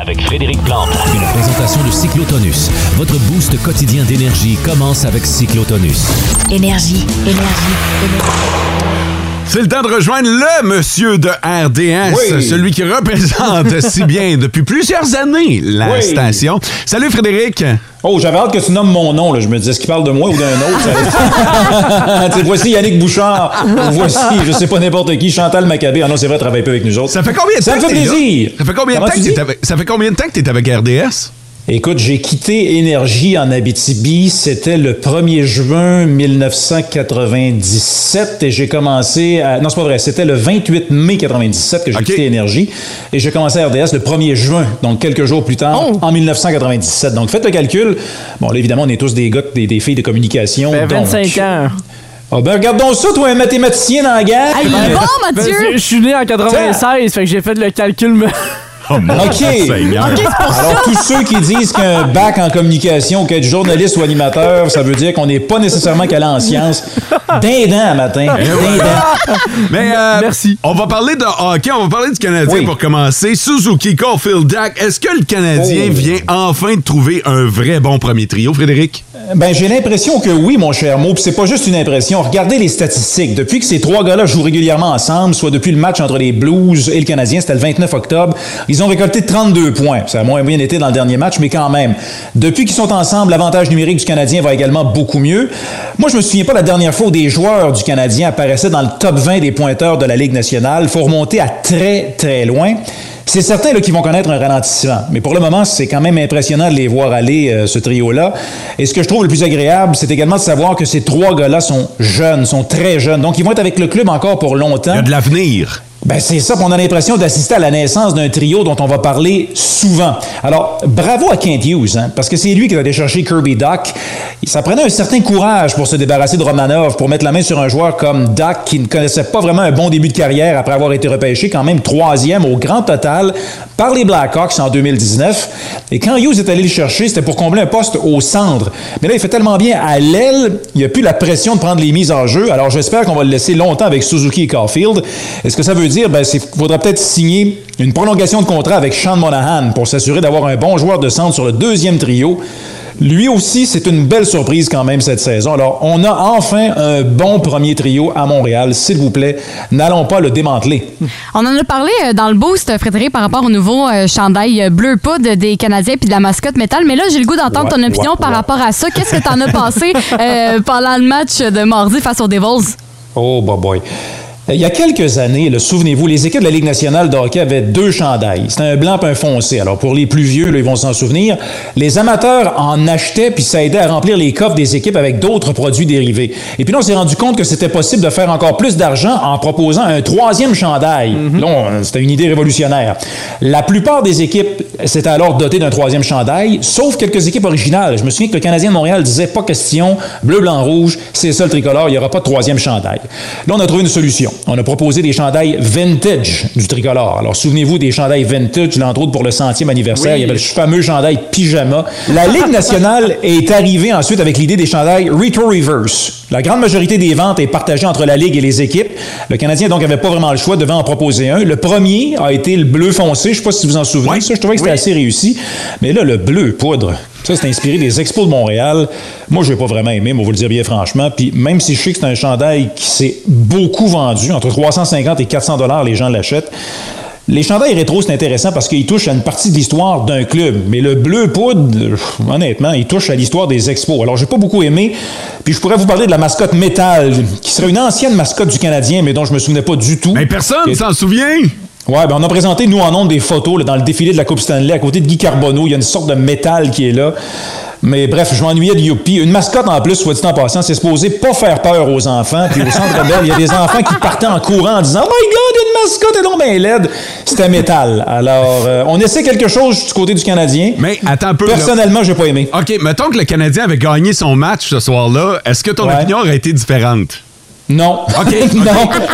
[SPEAKER 2] Avec Frédéric Plante.
[SPEAKER 11] Une présentation de Cyclotonus. Votre boost quotidien d'énergie commence avec Cyclotonus.
[SPEAKER 10] Énergie, énergie,
[SPEAKER 3] C'est le temps de rejoindre le monsieur de RDS,
[SPEAKER 11] Oui.
[SPEAKER 3] celui qui représente si bien depuis plusieurs années la
[SPEAKER 12] Oui.
[SPEAKER 3] station. Salut Frédéric.
[SPEAKER 12] Oh, j'avais hâte que tu nommes mon nom. Là. Je me disais, est-ce qu'il parle de moi ou d'un autre? Tu sais, voici Yannick Bouchard. Ou voici, je sais pas n'importe qui, Chantal Maccabé. Ah non, c'est vrai, travaille pas avec nous autres. Ça
[SPEAKER 3] fait combien de
[SPEAKER 12] Ça
[SPEAKER 3] temps
[SPEAKER 12] me
[SPEAKER 3] que
[SPEAKER 12] fait
[SPEAKER 3] t'es là?
[SPEAKER 12] plaisir.
[SPEAKER 3] Ça fait combien de
[SPEAKER 12] Comment
[SPEAKER 3] temps
[SPEAKER 12] tu
[SPEAKER 3] que
[SPEAKER 12] dis?
[SPEAKER 3] t'es avec- ça fait combien de temps que t'es avec RDS?
[SPEAKER 12] Écoute, j'ai quitté Énergie en Abitibi, c'était le 1er juin 1997 et j'ai commencé à... Non, c'est pas vrai, c'était le 28 mai 97 que j'ai quitté Énergie et j'ai commencé à RDS le 1er juin, donc quelques jours plus tard, en 1997. Donc faites le calcul. Bon, là, évidemment, on est tous des gars, des, des filles de communication.
[SPEAKER 4] Ben,
[SPEAKER 12] donc-
[SPEAKER 4] 25 ans.
[SPEAKER 12] Ah ben, regardons ça, toi, un mathématicien dans la guerre.
[SPEAKER 4] Ah, il est bon, Mathieu! je suis né en 96, fait que j'ai fait le calcul. mais-
[SPEAKER 12] Euh, OK.
[SPEAKER 3] Eh
[SPEAKER 12] Alors, tous ceux qui disent qu'un bac en communication, qu'être journaliste ou animateur, ça veut dire qu'on n'est pas nécessairement calé en sciences. Dindant à matin.
[SPEAKER 3] Eh
[SPEAKER 12] Dindant.
[SPEAKER 3] Mais merci. On va parler de hockey, on va parler du Canadien pour commencer. Suzuki, Caulfield, Jack. Est-ce que le Canadien
[SPEAKER 12] Oh.
[SPEAKER 3] vient enfin de trouver un vrai bon premier trio, Frédéric?
[SPEAKER 12] Ben, j'ai l'impression que oui, mon cher Mo, puis c'est pas juste une impression. Regardez les statistiques. Depuis que ces trois gars-là jouent régulièrement ensemble, soit depuis le match entre les Blues et le Canadien, c'était le 29 octobre, ils ont récolté 32 points. Ça a moins bien été dans le dernier match, mais quand même. Depuis qu'ils sont ensemble, l'avantage numérique du Canadien va également beaucoup mieux. Moi, je me souviens pas la dernière fois où des joueurs du Canadien apparaissaient dans le top 20 des pointeurs de la Ligue nationale. Faut remonter à très, très loin. C'est certain là, qu'ils vont connaître un ralentissement, mais pour le moment, c'est quand même impressionnant de les voir aller, euh, ce trio-là. Et ce que je trouve le plus agréable, c'est également de savoir que ces trois gars-là sont jeunes, sont très jeunes. Donc, ils vont être avec le club encore pour longtemps. Il y a
[SPEAKER 3] de l'avenir.
[SPEAKER 12] Ben, c'est ça, puis on a l'impression d'assister à la naissance d'un trio dont on va parler souvent. Alors, bravo à Kent Hughes, hein, parce que c'est lui qui a déchargé Kirby Doc. Ça prenait un certain courage pour se débarrasser de Romanov, pour mettre la main sur un joueur comme Doc qui ne connaissait pas vraiment un bon début de carrière après avoir été repêché quand même troisième au grand total par les Blackhawks en 2019. Et quand Hughes est allé le chercher, c'était pour combler un poste au centre. Mais là, il fait tellement bien à l'aile, il n'y a plus la pression de prendre les mises en jeu. Alors, j'espère qu'on va le laisser longtemps avec Suzuki et Caulfield. Est-ce que ça veut dire? Ben, c'est- faudra peut-être signer une prolongation de contrat avec Sean Monahan pour s'assurer d'avoir un bon joueur de centre sur le deuxième trio. Lui aussi, c'est une belle surprise quand même cette saison. Alors, on a enfin un bon premier trio à Montréal. S'il vous plaît, n'allons pas le démanteler.
[SPEAKER 5] On en a parlé euh, dans le boost, euh, Frédéric, par rapport au nouveau euh, chandail euh, bleu poudre des Canadiens puis de la mascotte métal. Mais là, j'ai le goût d'entendre
[SPEAKER 13] Ouais,
[SPEAKER 5] ton opinion
[SPEAKER 13] ouais,
[SPEAKER 5] par
[SPEAKER 13] ouais.
[SPEAKER 5] rapport à ça. Qu'est-ce que t'en as pensé euh, pendant le match de mardi face aux Devils?
[SPEAKER 12] Oh, boy, boy. Euh, Il y a quelques années, là, souvenez-vous, les équipes de la Ligue nationale de hockey avaient deux chandails. C'était un blanc et un foncé. Alors, pour les plus vieux, là, ils vont s'en souvenir. Les amateurs en achetaient, puis ça aidait à remplir les coffres des équipes avec d'autres produits dérivés. Et puis là, on s'est rendu compte que c'était possible de faire encore plus d'argent en proposant un troisième chandail. Là, on- c'était une idée révolutionnaire. La plupart des équipes s'étaient alors dotées d'un troisième chandail, sauf quelques équipes originales. Je me souviens que le Canadien de Montréal disait pas question, bleu, blanc, rouge, c'est ça le tricolore, il n'y aura pas de troisième chandail. Là, on a trouvé une solution. émission. On a proposé des chandails vintage du tricolore. Alors, souvenez-vous des chandails vintage, là, entre autres pour le centième anniversaire.
[SPEAKER 11] Oui.
[SPEAKER 12] Il y avait le fameux chandail pyjama. La Ligue nationale est arrivée ensuite avec l'idée des chandails Retro Reverse. La grande majorité des ventes est partagée entre la Ligue et les équipes. Le Canadien, donc, avait pas vraiment le choix, devait en proposer un. Le premier a été le bleu foncé. Je sais pas si vous en souvenez. Ça, je trouvais que c'était assez réussi. Mais là, le bleu poudre. Ça, c'est inspiré des expos de Montréal. Moi, je n'ai pas vraiment aimé, mais on va le dire bien franchement. Puis même si je sais que c'est un chandail qui s'est beaucoup vendu, entre 350 et 400 dollars, les gens l'achètent. Les chandails rétro, c'est intéressant parce qu'ils touchent à une partie de l'histoire d'un club. Mais le bleu poudre, euh, honnêtement, il touche à l'histoire des expos. Alors, j'ai pas beaucoup aimé. Puis, je pourrais vous parler de la mascotte métal, qui serait une ancienne mascotte du Canadien, mais dont je me souvenais pas du tout. Mais personne s'en souvient! Ouais, ben on a présenté, nous, en nombre des photos là, dans le défilé de la Coupe Stanley à côté de Guy Carbonneau. Il y a une sorte de métal qui est là. Mais bref, je m'ennuyais de Youpi. Une mascotte en plus, soit dit en passant, c'est supposé pas faire peur aux enfants. Puis au centre belle, il y a des enfants qui partaient en courant en disant Oh my god, une mascotte, elle est donc bien laide. C'était métal. Alors, euh, on essaie quelque chose du côté du Canadien.
[SPEAKER 3] Mais attends un peu.
[SPEAKER 12] Personnellement, j'ai pas aimé.
[SPEAKER 3] OK, mettons que le Canadien avait gagné son match ce soir-là. Est-ce que ton
[SPEAKER 12] Ouais.
[SPEAKER 3] opinion aurait été différente?
[SPEAKER 12] Non.
[SPEAKER 3] OK. ok.
[SPEAKER 12] Non.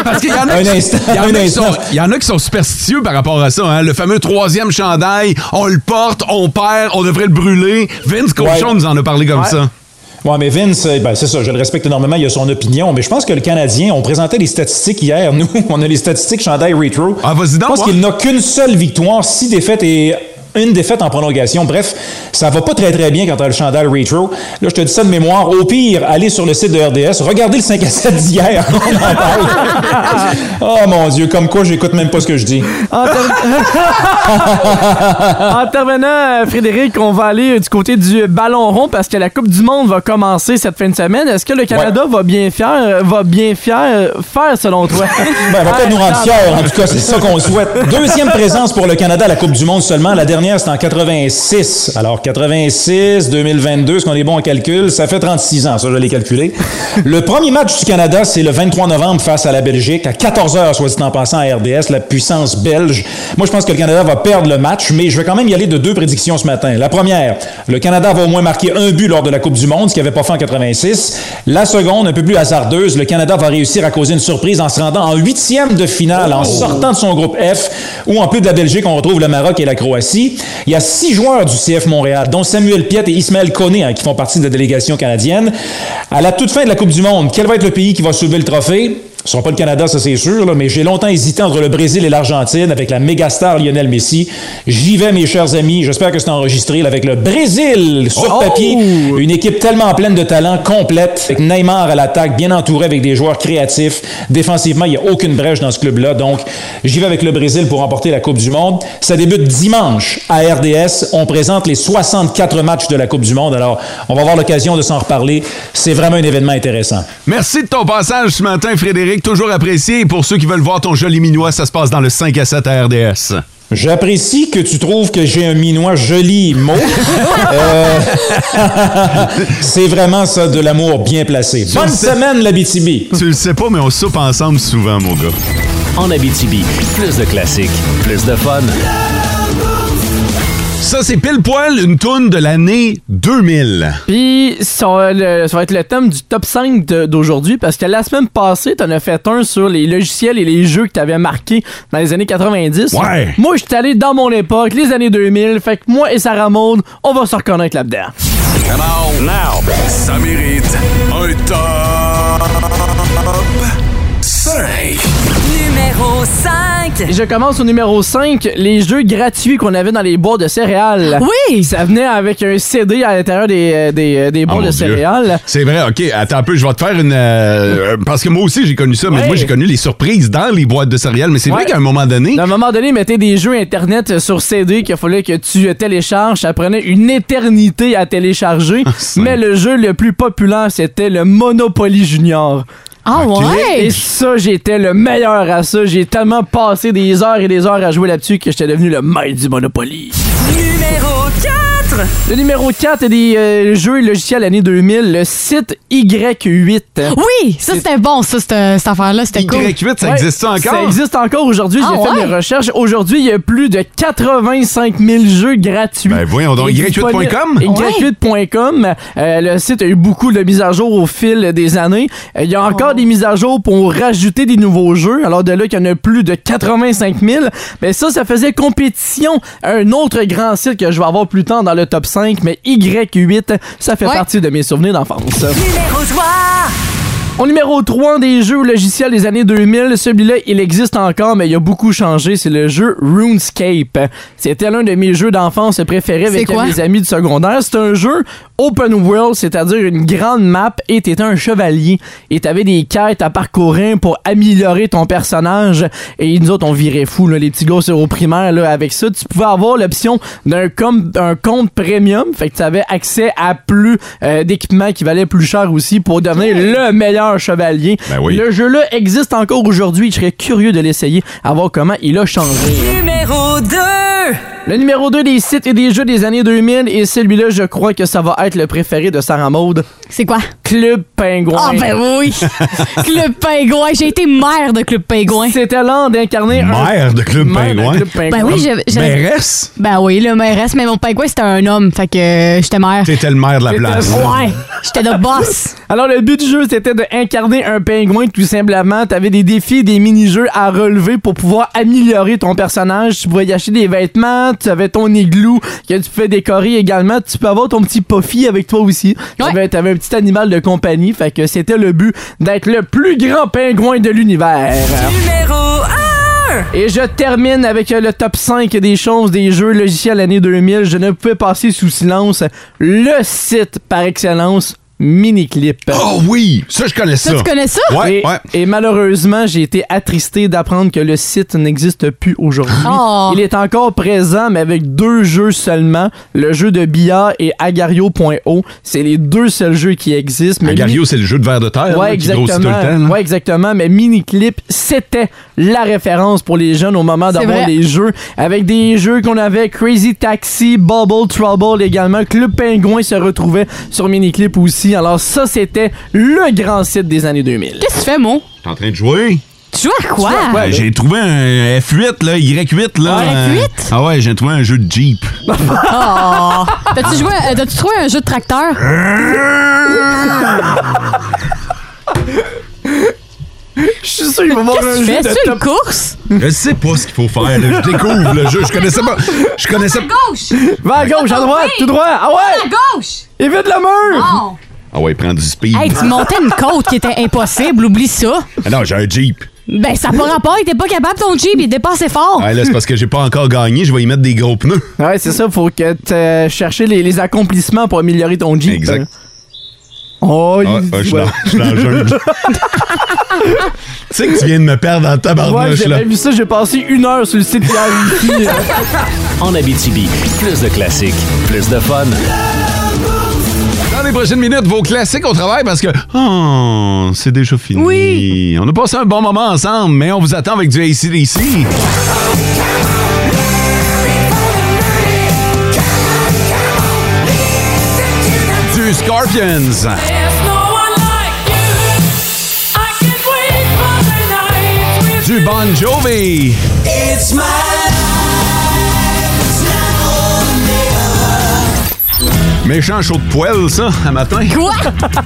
[SPEAKER 3] Parce qu'il y en a
[SPEAKER 12] Un
[SPEAKER 3] qui-
[SPEAKER 12] instant,
[SPEAKER 3] il y en a
[SPEAKER 12] un
[SPEAKER 3] qui
[SPEAKER 12] instant.
[SPEAKER 3] sont- il y en a qui sont superstitieux par rapport à ça. hein. Le fameux troisième chandail, on le porte, on perd, on devrait le brûler. Vince Cochon
[SPEAKER 12] Ouais.
[SPEAKER 3] nous en a parlé comme
[SPEAKER 12] Ouais.
[SPEAKER 3] ça.
[SPEAKER 12] Oui, mais Vince, euh, ben, c'est ça, je le respecte énormément, il a son opinion, mais je pense que le Canadien, on présentait les statistiques hier, nous, on a les statistiques chandail retro. Ah, vas-y Je pense qu'il n'a qu'une seule victoire, six défaites et une défaite en prolongation. Bref, ça va pas très très bien quand t'as le chandail retro. Là, je te dis ça de mémoire. Au pire, allez sur le site de RDS, regardez le 5 à 7 d'hier, on en parle. oh mon Dieu, comme quoi j'écoute même pas ce que je dis. Ah.
[SPEAKER 4] Inter- Intervenant euh, Frédéric, on va aller euh, du côté du ballon rond parce que la Coupe du Monde va commencer cette fin de semaine. Est-ce que le Canada va bien faire, va bien faire, faire selon toi
[SPEAKER 12] Ben, elle va peut-être nous rendre fiers, en tout cas, c'est ça qu'on souhaite. Deuxième présence pour le Canada à la Coupe du Monde seulement. La dernière, c'était en 86. Alors, 86, 2022, ce qu'on est bon en calcul, ça fait 36 ans, ça, je l'ai calculé. Le premier match du Canada, c'est le 23 novembre face à la Belgique, à 14 h soit dit en passant, à RDS, la puissance belge. Moi, je pense que le Canada va perdre le match, mais je vais quand même y aller de deux prédictions ce matin. La première, le Canada va au moins marquer un but lors de la Coupe du Monde, ce qu'il n'avait pas fait en 86. La seconde, un peu plus hasardeuse, le Canada va réussir à causer une surprise en se rendant en huitième de finale,
[SPEAKER 11] Oh.
[SPEAKER 12] en sortant de son groupe F, où en plus de la Belgique, on retrouve le Maroc et la Croatie. Il y a six joueurs du CF Montréal, dont Samuel Piet et Ismaël Koné, hein, qui font partie de la délégation canadienne. À la toute fin de la Coupe du Monde, quel va être le pays qui va soulever le trophée? Ce sera pas le Canada, ça c'est sûr, là, mais j'ai longtemps hésité entre le Brésil et l'Argentine avec la méga star Lionel Messi. J'y vais, mes chers amis. J'espère que c'est enregistré là, avec le Brésil sur
[SPEAKER 11] Oh!
[SPEAKER 12] papier. Une équipe tellement pleine de talent, complète, avec Neymar à l'attaque, bien entouré avec des joueurs créatifs. Défensivement, il n'y a aucune brèche dans ce club-là. Donc, j'y vais avec le Brésil pour remporter la Coupe du Monde. Ça débute dimanche à RDS. On présente les 64 matchs de la Coupe du Monde. Alors, on va avoir l'occasion de s'en reparler. C'est vraiment un événement intéressant.
[SPEAKER 3] Merci de ton passage ce matin, Frédéric. Toujours apprécié. Et pour ceux qui veulent voir ton joli minois, ça se passe dans le 5 à 7 à RDS.
[SPEAKER 12] J'apprécie que tu trouves que j'ai un minois joli mot. Euh, c'est vraiment ça, de l'amour bien placé. Bonne semaine, l'Abitibi!
[SPEAKER 3] Tu le sais pas, mais on soupe ensemble souvent, mon gars.
[SPEAKER 2] En Abitibi, plus de classiques, plus de fun.
[SPEAKER 3] Ça, c'est pile poil une toune de l'année 2000.
[SPEAKER 4] Puis ça, le- ça va être le thème du top 5 de- d'aujourd'hui parce que la semaine passée, t'en as fait un sur les logiciels et les jeux que t'avais marqués dans les années 90.
[SPEAKER 3] Ouais.
[SPEAKER 4] Moi, j'étais allé dans mon époque, les années 2000. Fait que moi et Sarah Maud, on va se reconnaître là-dedans.
[SPEAKER 2] Come on, now. Ça mérite un top 5.
[SPEAKER 1] Numéro 5.
[SPEAKER 4] Et je commence au numéro 5, les jeux gratuits qu'on avait dans les boîtes de céréales.
[SPEAKER 5] Oui!
[SPEAKER 4] Ça venait avec un CD à l'intérieur des, euh, des, euh, des
[SPEAKER 3] Oh,
[SPEAKER 4] boîtes
[SPEAKER 3] mon
[SPEAKER 4] de
[SPEAKER 3] Dieu.
[SPEAKER 4] céréales.
[SPEAKER 3] C'est vrai, ok. Attends un peu, je vais te faire une. euh, euh, parce que moi aussi, j'ai connu ça, mais
[SPEAKER 4] Ouais.
[SPEAKER 3] moi, j'ai connu les surprises dans les boîtes de céréales. Mais c'est vrai
[SPEAKER 4] Ouais.
[SPEAKER 3] qu'à un moment donné.
[SPEAKER 4] À un moment donné, ils mettaient des jeux Internet euh, sur CD qu'il fallait que tu euh, télécharges. Ça prenait une éternité à télécharger. mais le jeu le plus populaire, c'était le Monopoly Junior.
[SPEAKER 5] Ah ouais?
[SPEAKER 4] Et ça, j'étais le meilleur à ça. J'ai tellement passé des heures et des heures à jouer là-dessus que j'étais devenu le maître du Monopoly.
[SPEAKER 1] Numéro 4.
[SPEAKER 4] 4. Le numéro 4 est des euh, jeux et logiciels année 2000, le site Y8.
[SPEAKER 5] Oui, ça c'était bon, ça, cette, cette affaire-là, c'était cool.
[SPEAKER 3] Y8, ça existe ça encore?
[SPEAKER 4] Ça existe encore aujourd'hui.
[SPEAKER 5] Ah
[SPEAKER 4] J'ai fait
[SPEAKER 5] ouais?
[SPEAKER 4] mes recherches. Aujourd'hui, il y a plus de 85 000 jeux gratuits. Ben
[SPEAKER 3] voyons donc, Y8.com?
[SPEAKER 4] Y8.com. Euh, le site a eu beaucoup de mises à jour au fil des années. Euh, Il y a
[SPEAKER 5] Oh.
[SPEAKER 4] encore des mises à jour pour rajouter des nouveaux jeux. Alors de là qu'il y en a plus de 85 000. Mais ça, ça faisait compétition à un autre grand site que je vais avoir plus tard dans le top 5. Mais Y8, ça fait partie de mes souvenirs d'enfance. Au numéro 3 des jeux logiciels des années 2000, celui-là, il existe encore, mais il a beaucoup changé. C'est le jeu RuneScape. C'était l'un de mes jeux d'enfance préférés
[SPEAKER 5] C'est
[SPEAKER 4] avec
[SPEAKER 5] quoi?
[SPEAKER 4] mes amis du secondaire. C'est un jeu open world, c'est-à-dire une grande map, et t'étais un chevalier. Et t'avais des quêtes à parcourir pour améliorer ton personnage. Et nous autres, on virait fou, là, les petits gosses au primaire, là, avec ça. Tu pouvais avoir l'option d'un com- un compte premium, fait que tu avais accès à plus euh, d'équipements qui valaient plus cher aussi pour devenir le meilleur chevalier. Le jeu-là existe encore aujourd'hui. Je serais curieux de l'essayer, à voir comment il a changé.
[SPEAKER 1] Numéro 2.
[SPEAKER 4] Le numéro 2 des sites et des jeux des années 2000 et celui-là, je crois que ça va être le préféré de Sarah Maude.
[SPEAKER 5] C'est quoi?
[SPEAKER 4] Club Pingouin.
[SPEAKER 5] Ah, ben oui! Club Pingouin, j'ai été maire de Club Pingouin.
[SPEAKER 4] C'était l'an d'incarner
[SPEAKER 3] Maire de Club Pingouin.
[SPEAKER 5] Ben oui, je- je-
[SPEAKER 3] Mairesse?
[SPEAKER 5] Ben oui, le mairesse, mais mon pingouin, c'était un homme, fait que euh, j'étais maire.
[SPEAKER 3] T'étais le maire de la place.
[SPEAKER 5] Ouais, j'étais le boss.
[SPEAKER 4] Alors, le but du jeu, c'était de incarner un pingouin, tout simplement. T'avais des défis, des mini-jeux à relever pour pouvoir améliorer ton personnage. Tu pouvais y acheter des vêtements, tu avais ton igloo que tu pouvais décorer également. Tu peux avoir ton petit puffy avec toi aussi. T'avais, t'avais un petit animal de compagnie, fait que c'était le but d'être le plus grand pingouin de l'univers.
[SPEAKER 1] Numéro 1.
[SPEAKER 4] Et je termine avec euh, le top 5 des choses des jeux logiciels année 2000. Je ne pouvais passer sous silence le site par excellence. Miniclip.
[SPEAKER 3] Oh oui! Ça, je connais Ça, ça. tu connais ça? Ouais,
[SPEAKER 4] et,
[SPEAKER 3] ouais.
[SPEAKER 4] et malheureusement, j'ai été attristé d'apprendre que le site n'existe plus aujourd'hui.
[SPEAKER 5] Oh.
[SPEAKER 4] Il est encore présent, mais avec deux jeux seulement. Le jeu de billard et Agario.o. C'est les deux seuls jeux qui existent. mais
[SPEAKER 3] Agario,
[SPEAKER 4] Mi-
[SPEAKER 3] c'est le jeu de verre de terre
[SPEAKER 4] Ouais,
[SPEAKER 3] là, qui grossit tout le temps.
[SPEAKER 4] exactement.
[SPEAKER 3] là.
[SPEAKER 4] Ouais, exactement. Mais Miniclip, c'était la référence pour les jeunes au moment
[SPEAKER 3] C'est
[SPEAKER 4] d'avoir
[SPEAKER 3] vrai.
[SPEAKER 4] des jeux. Avec des jeux qu'on avait Crazy Taxi, Bubble Trouble également. Club Pingouin se retrouvait sur Miniclip aussi. Alors, ça, c'était le grand site des années 2000.
[SPEAKER 5] Qu'est-ce que tu fais, mon?
[SPEAKER 3] T'es en train de jouer?
[SPEAKER 5] Tu joues à quoi?
[SPEAKER 3] Ben, j'ai trouvé un F8, là, Y8, là.
[SPEAKER 5] Ah,
[SPEAKER 3] euh,
[SPEAKER 5] Y8?
[SPEAKER 3] Ah ouais, j'ai trouvé un jeu de Jeep.
[SPEAKER 5] Oh. T'as-tu joué, euh, t'as-tu trouvé un jeu de tracteur?
[SPEAKER 4] Je suis sûr qu'il va avoir
[SPEAKER 5] Qu'est-ce que
[SPEAKER 4] un
[SPEAKER 5] tu fais?
[SPEAKER 4] jeu de
[SPEAKER 5] C'est une
[SPEAKER 4] top-
[SPEAKER 5] course?
[SPEAKER 3] Je sais pas ce qu'il faut faire, là. Je découvre le jeu. Je connaissais pas. Je connaissais pas.
[SPEAKER 5] gauche!
[SPEAKER 4] Va à gauche, à droite, tout droit. Ah ouais!
[SPEAKER 5] gauche!
[SPEAKER 4] Évite le mur!
[SPEAKER 5] Non!
[SPEAKER 3] Ah ouais, prends du speed.
[SPEAKER 5] Hey, tu montais une côte qui était impossible, oublie ça.
[SPEAKER 3] Ah non, j'ai un Jeep.
[SPEAKER 5] Ben, ça n'a pas rapport, il était pas capable, ton Jeep, il était pas assez fort.
[SPEAKER 3] Ah, là, c'est parce que j'ai pas encore gagné. Je vais y mettre des gros pneus.
[SPEAKER 4] Ah Ouais, c'est ça, faut que tu cherches les, les accomplissements pour améliorer ton Jeep.
[SPEAKER 3] Exact.
[SPEAKER 4] Oh,
[SPEAKER 3] Ah,
[SPEAKER 4] il-
[SPEAKER 3] ah, je suis
[SPEAKER 4] ouais.
[SPEAKER 3] dans- je suis dans le jeu. Tu sais que tu viens de me perdre en
[SPEAKER 4] Ouais,
[SPEAKER 3] tabarnouche,
[SPEAKER 4] j'ai
[SPEAKER 3] là.
[SPEAKER 4] même vu ça, j'ai passé une heure sur le site hier ici.
[SPEAKER 2] En Abitibi, plus de classiques, plus de fun.
[SPEAKER 3] Dans les prochaines minutes, vos classiques au travail parce que oh, c'est déjà fini. Oui. On a passé un bon moment ensemble, mais on vous attend avec du ACDC. Du Scorpions. Du Bon Jovi.
[SPEAKER 1] It's my
[SPEAKER 3] Méchant chaud de poêle, ça, à matin.
[SPEAKER 5] Quoi?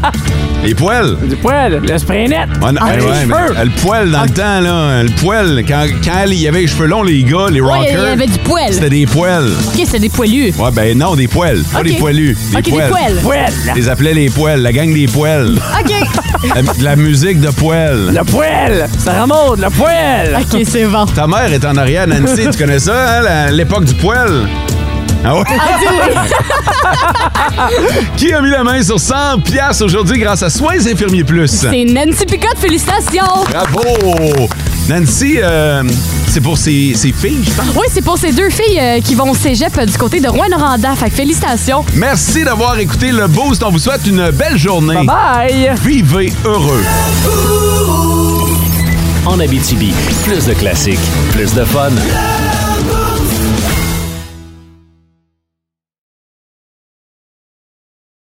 [SPEAKER 3] Les poêles.
[SPEAKER 4] Du poil, le spray net.
[SPEAKER 3] Ouais, non,
[SPEAKER 4] Ah,
[SPEAKER 3] ouais,
[SPEAKER 4] les
[SPEAKER 3] ouais,
[SPEAKER 4] cheveux.
[SPEAKER 3] mais le poil
[SPEAKER 5] Ah.
[SPEAKER 3] dans le temps, là. Le poil. Quand, quand il y avait les cheveux longs, les gars, les rockers.
[SPEAKER 5] il y avait du poil.
[SPEAKER 3] C'était des poils.
[SPEAKER 5] Ok, c'est des poilus.
[SPEAKER 3] Ouais, ben non, des poils. Pas
[SPEAKER 5] Ok.
[SPEAKER 3] des poilus. Des
[SPEAKER 5] Ok, des
[SPEAKER 3] poils.
[SPEAKER 5] poils. Poils.
[SPEAKER 3] Ils les appelaient les poils, la gang des poils.
[SPEAKER 5] Ok!
[SPEAKER 3] la, la musique de poils.
[SPEAKER 4] Le poil! Ça remonte, le poil!
[SPEAKER 5] Ok, c'est bon.
[SPEAKER 3] Ta mère est en arrière, Nancy. tu connais ça, hein, la- l'époque du poil? Ah ouais? Qui a mis la main sur 100 piastres aujourd'hui grâce à Soins Infirmiers Plus?
[SPEAKER 5] C'est Nancy Picotte, félicitations!
[SPEAKER 3] Bravo! Nancy, euh, c'est pour ses, ses filles, je pense.
[SPEAKER 5] Oui, c'est pour ces deux filles euh, qui vont au cégep euh, du côté de Rouen-Noranda. Fait que félicitations.
[SPEAKER 3] Merci d'avoir écouté le Boost. On vous souhaite une belle journée.
[SPEAKER 4] Bye!
[SPEAKER 3] Vivez heureux.
[SPEAKER 2] En Abitibi, plus de classiques, plus de fun.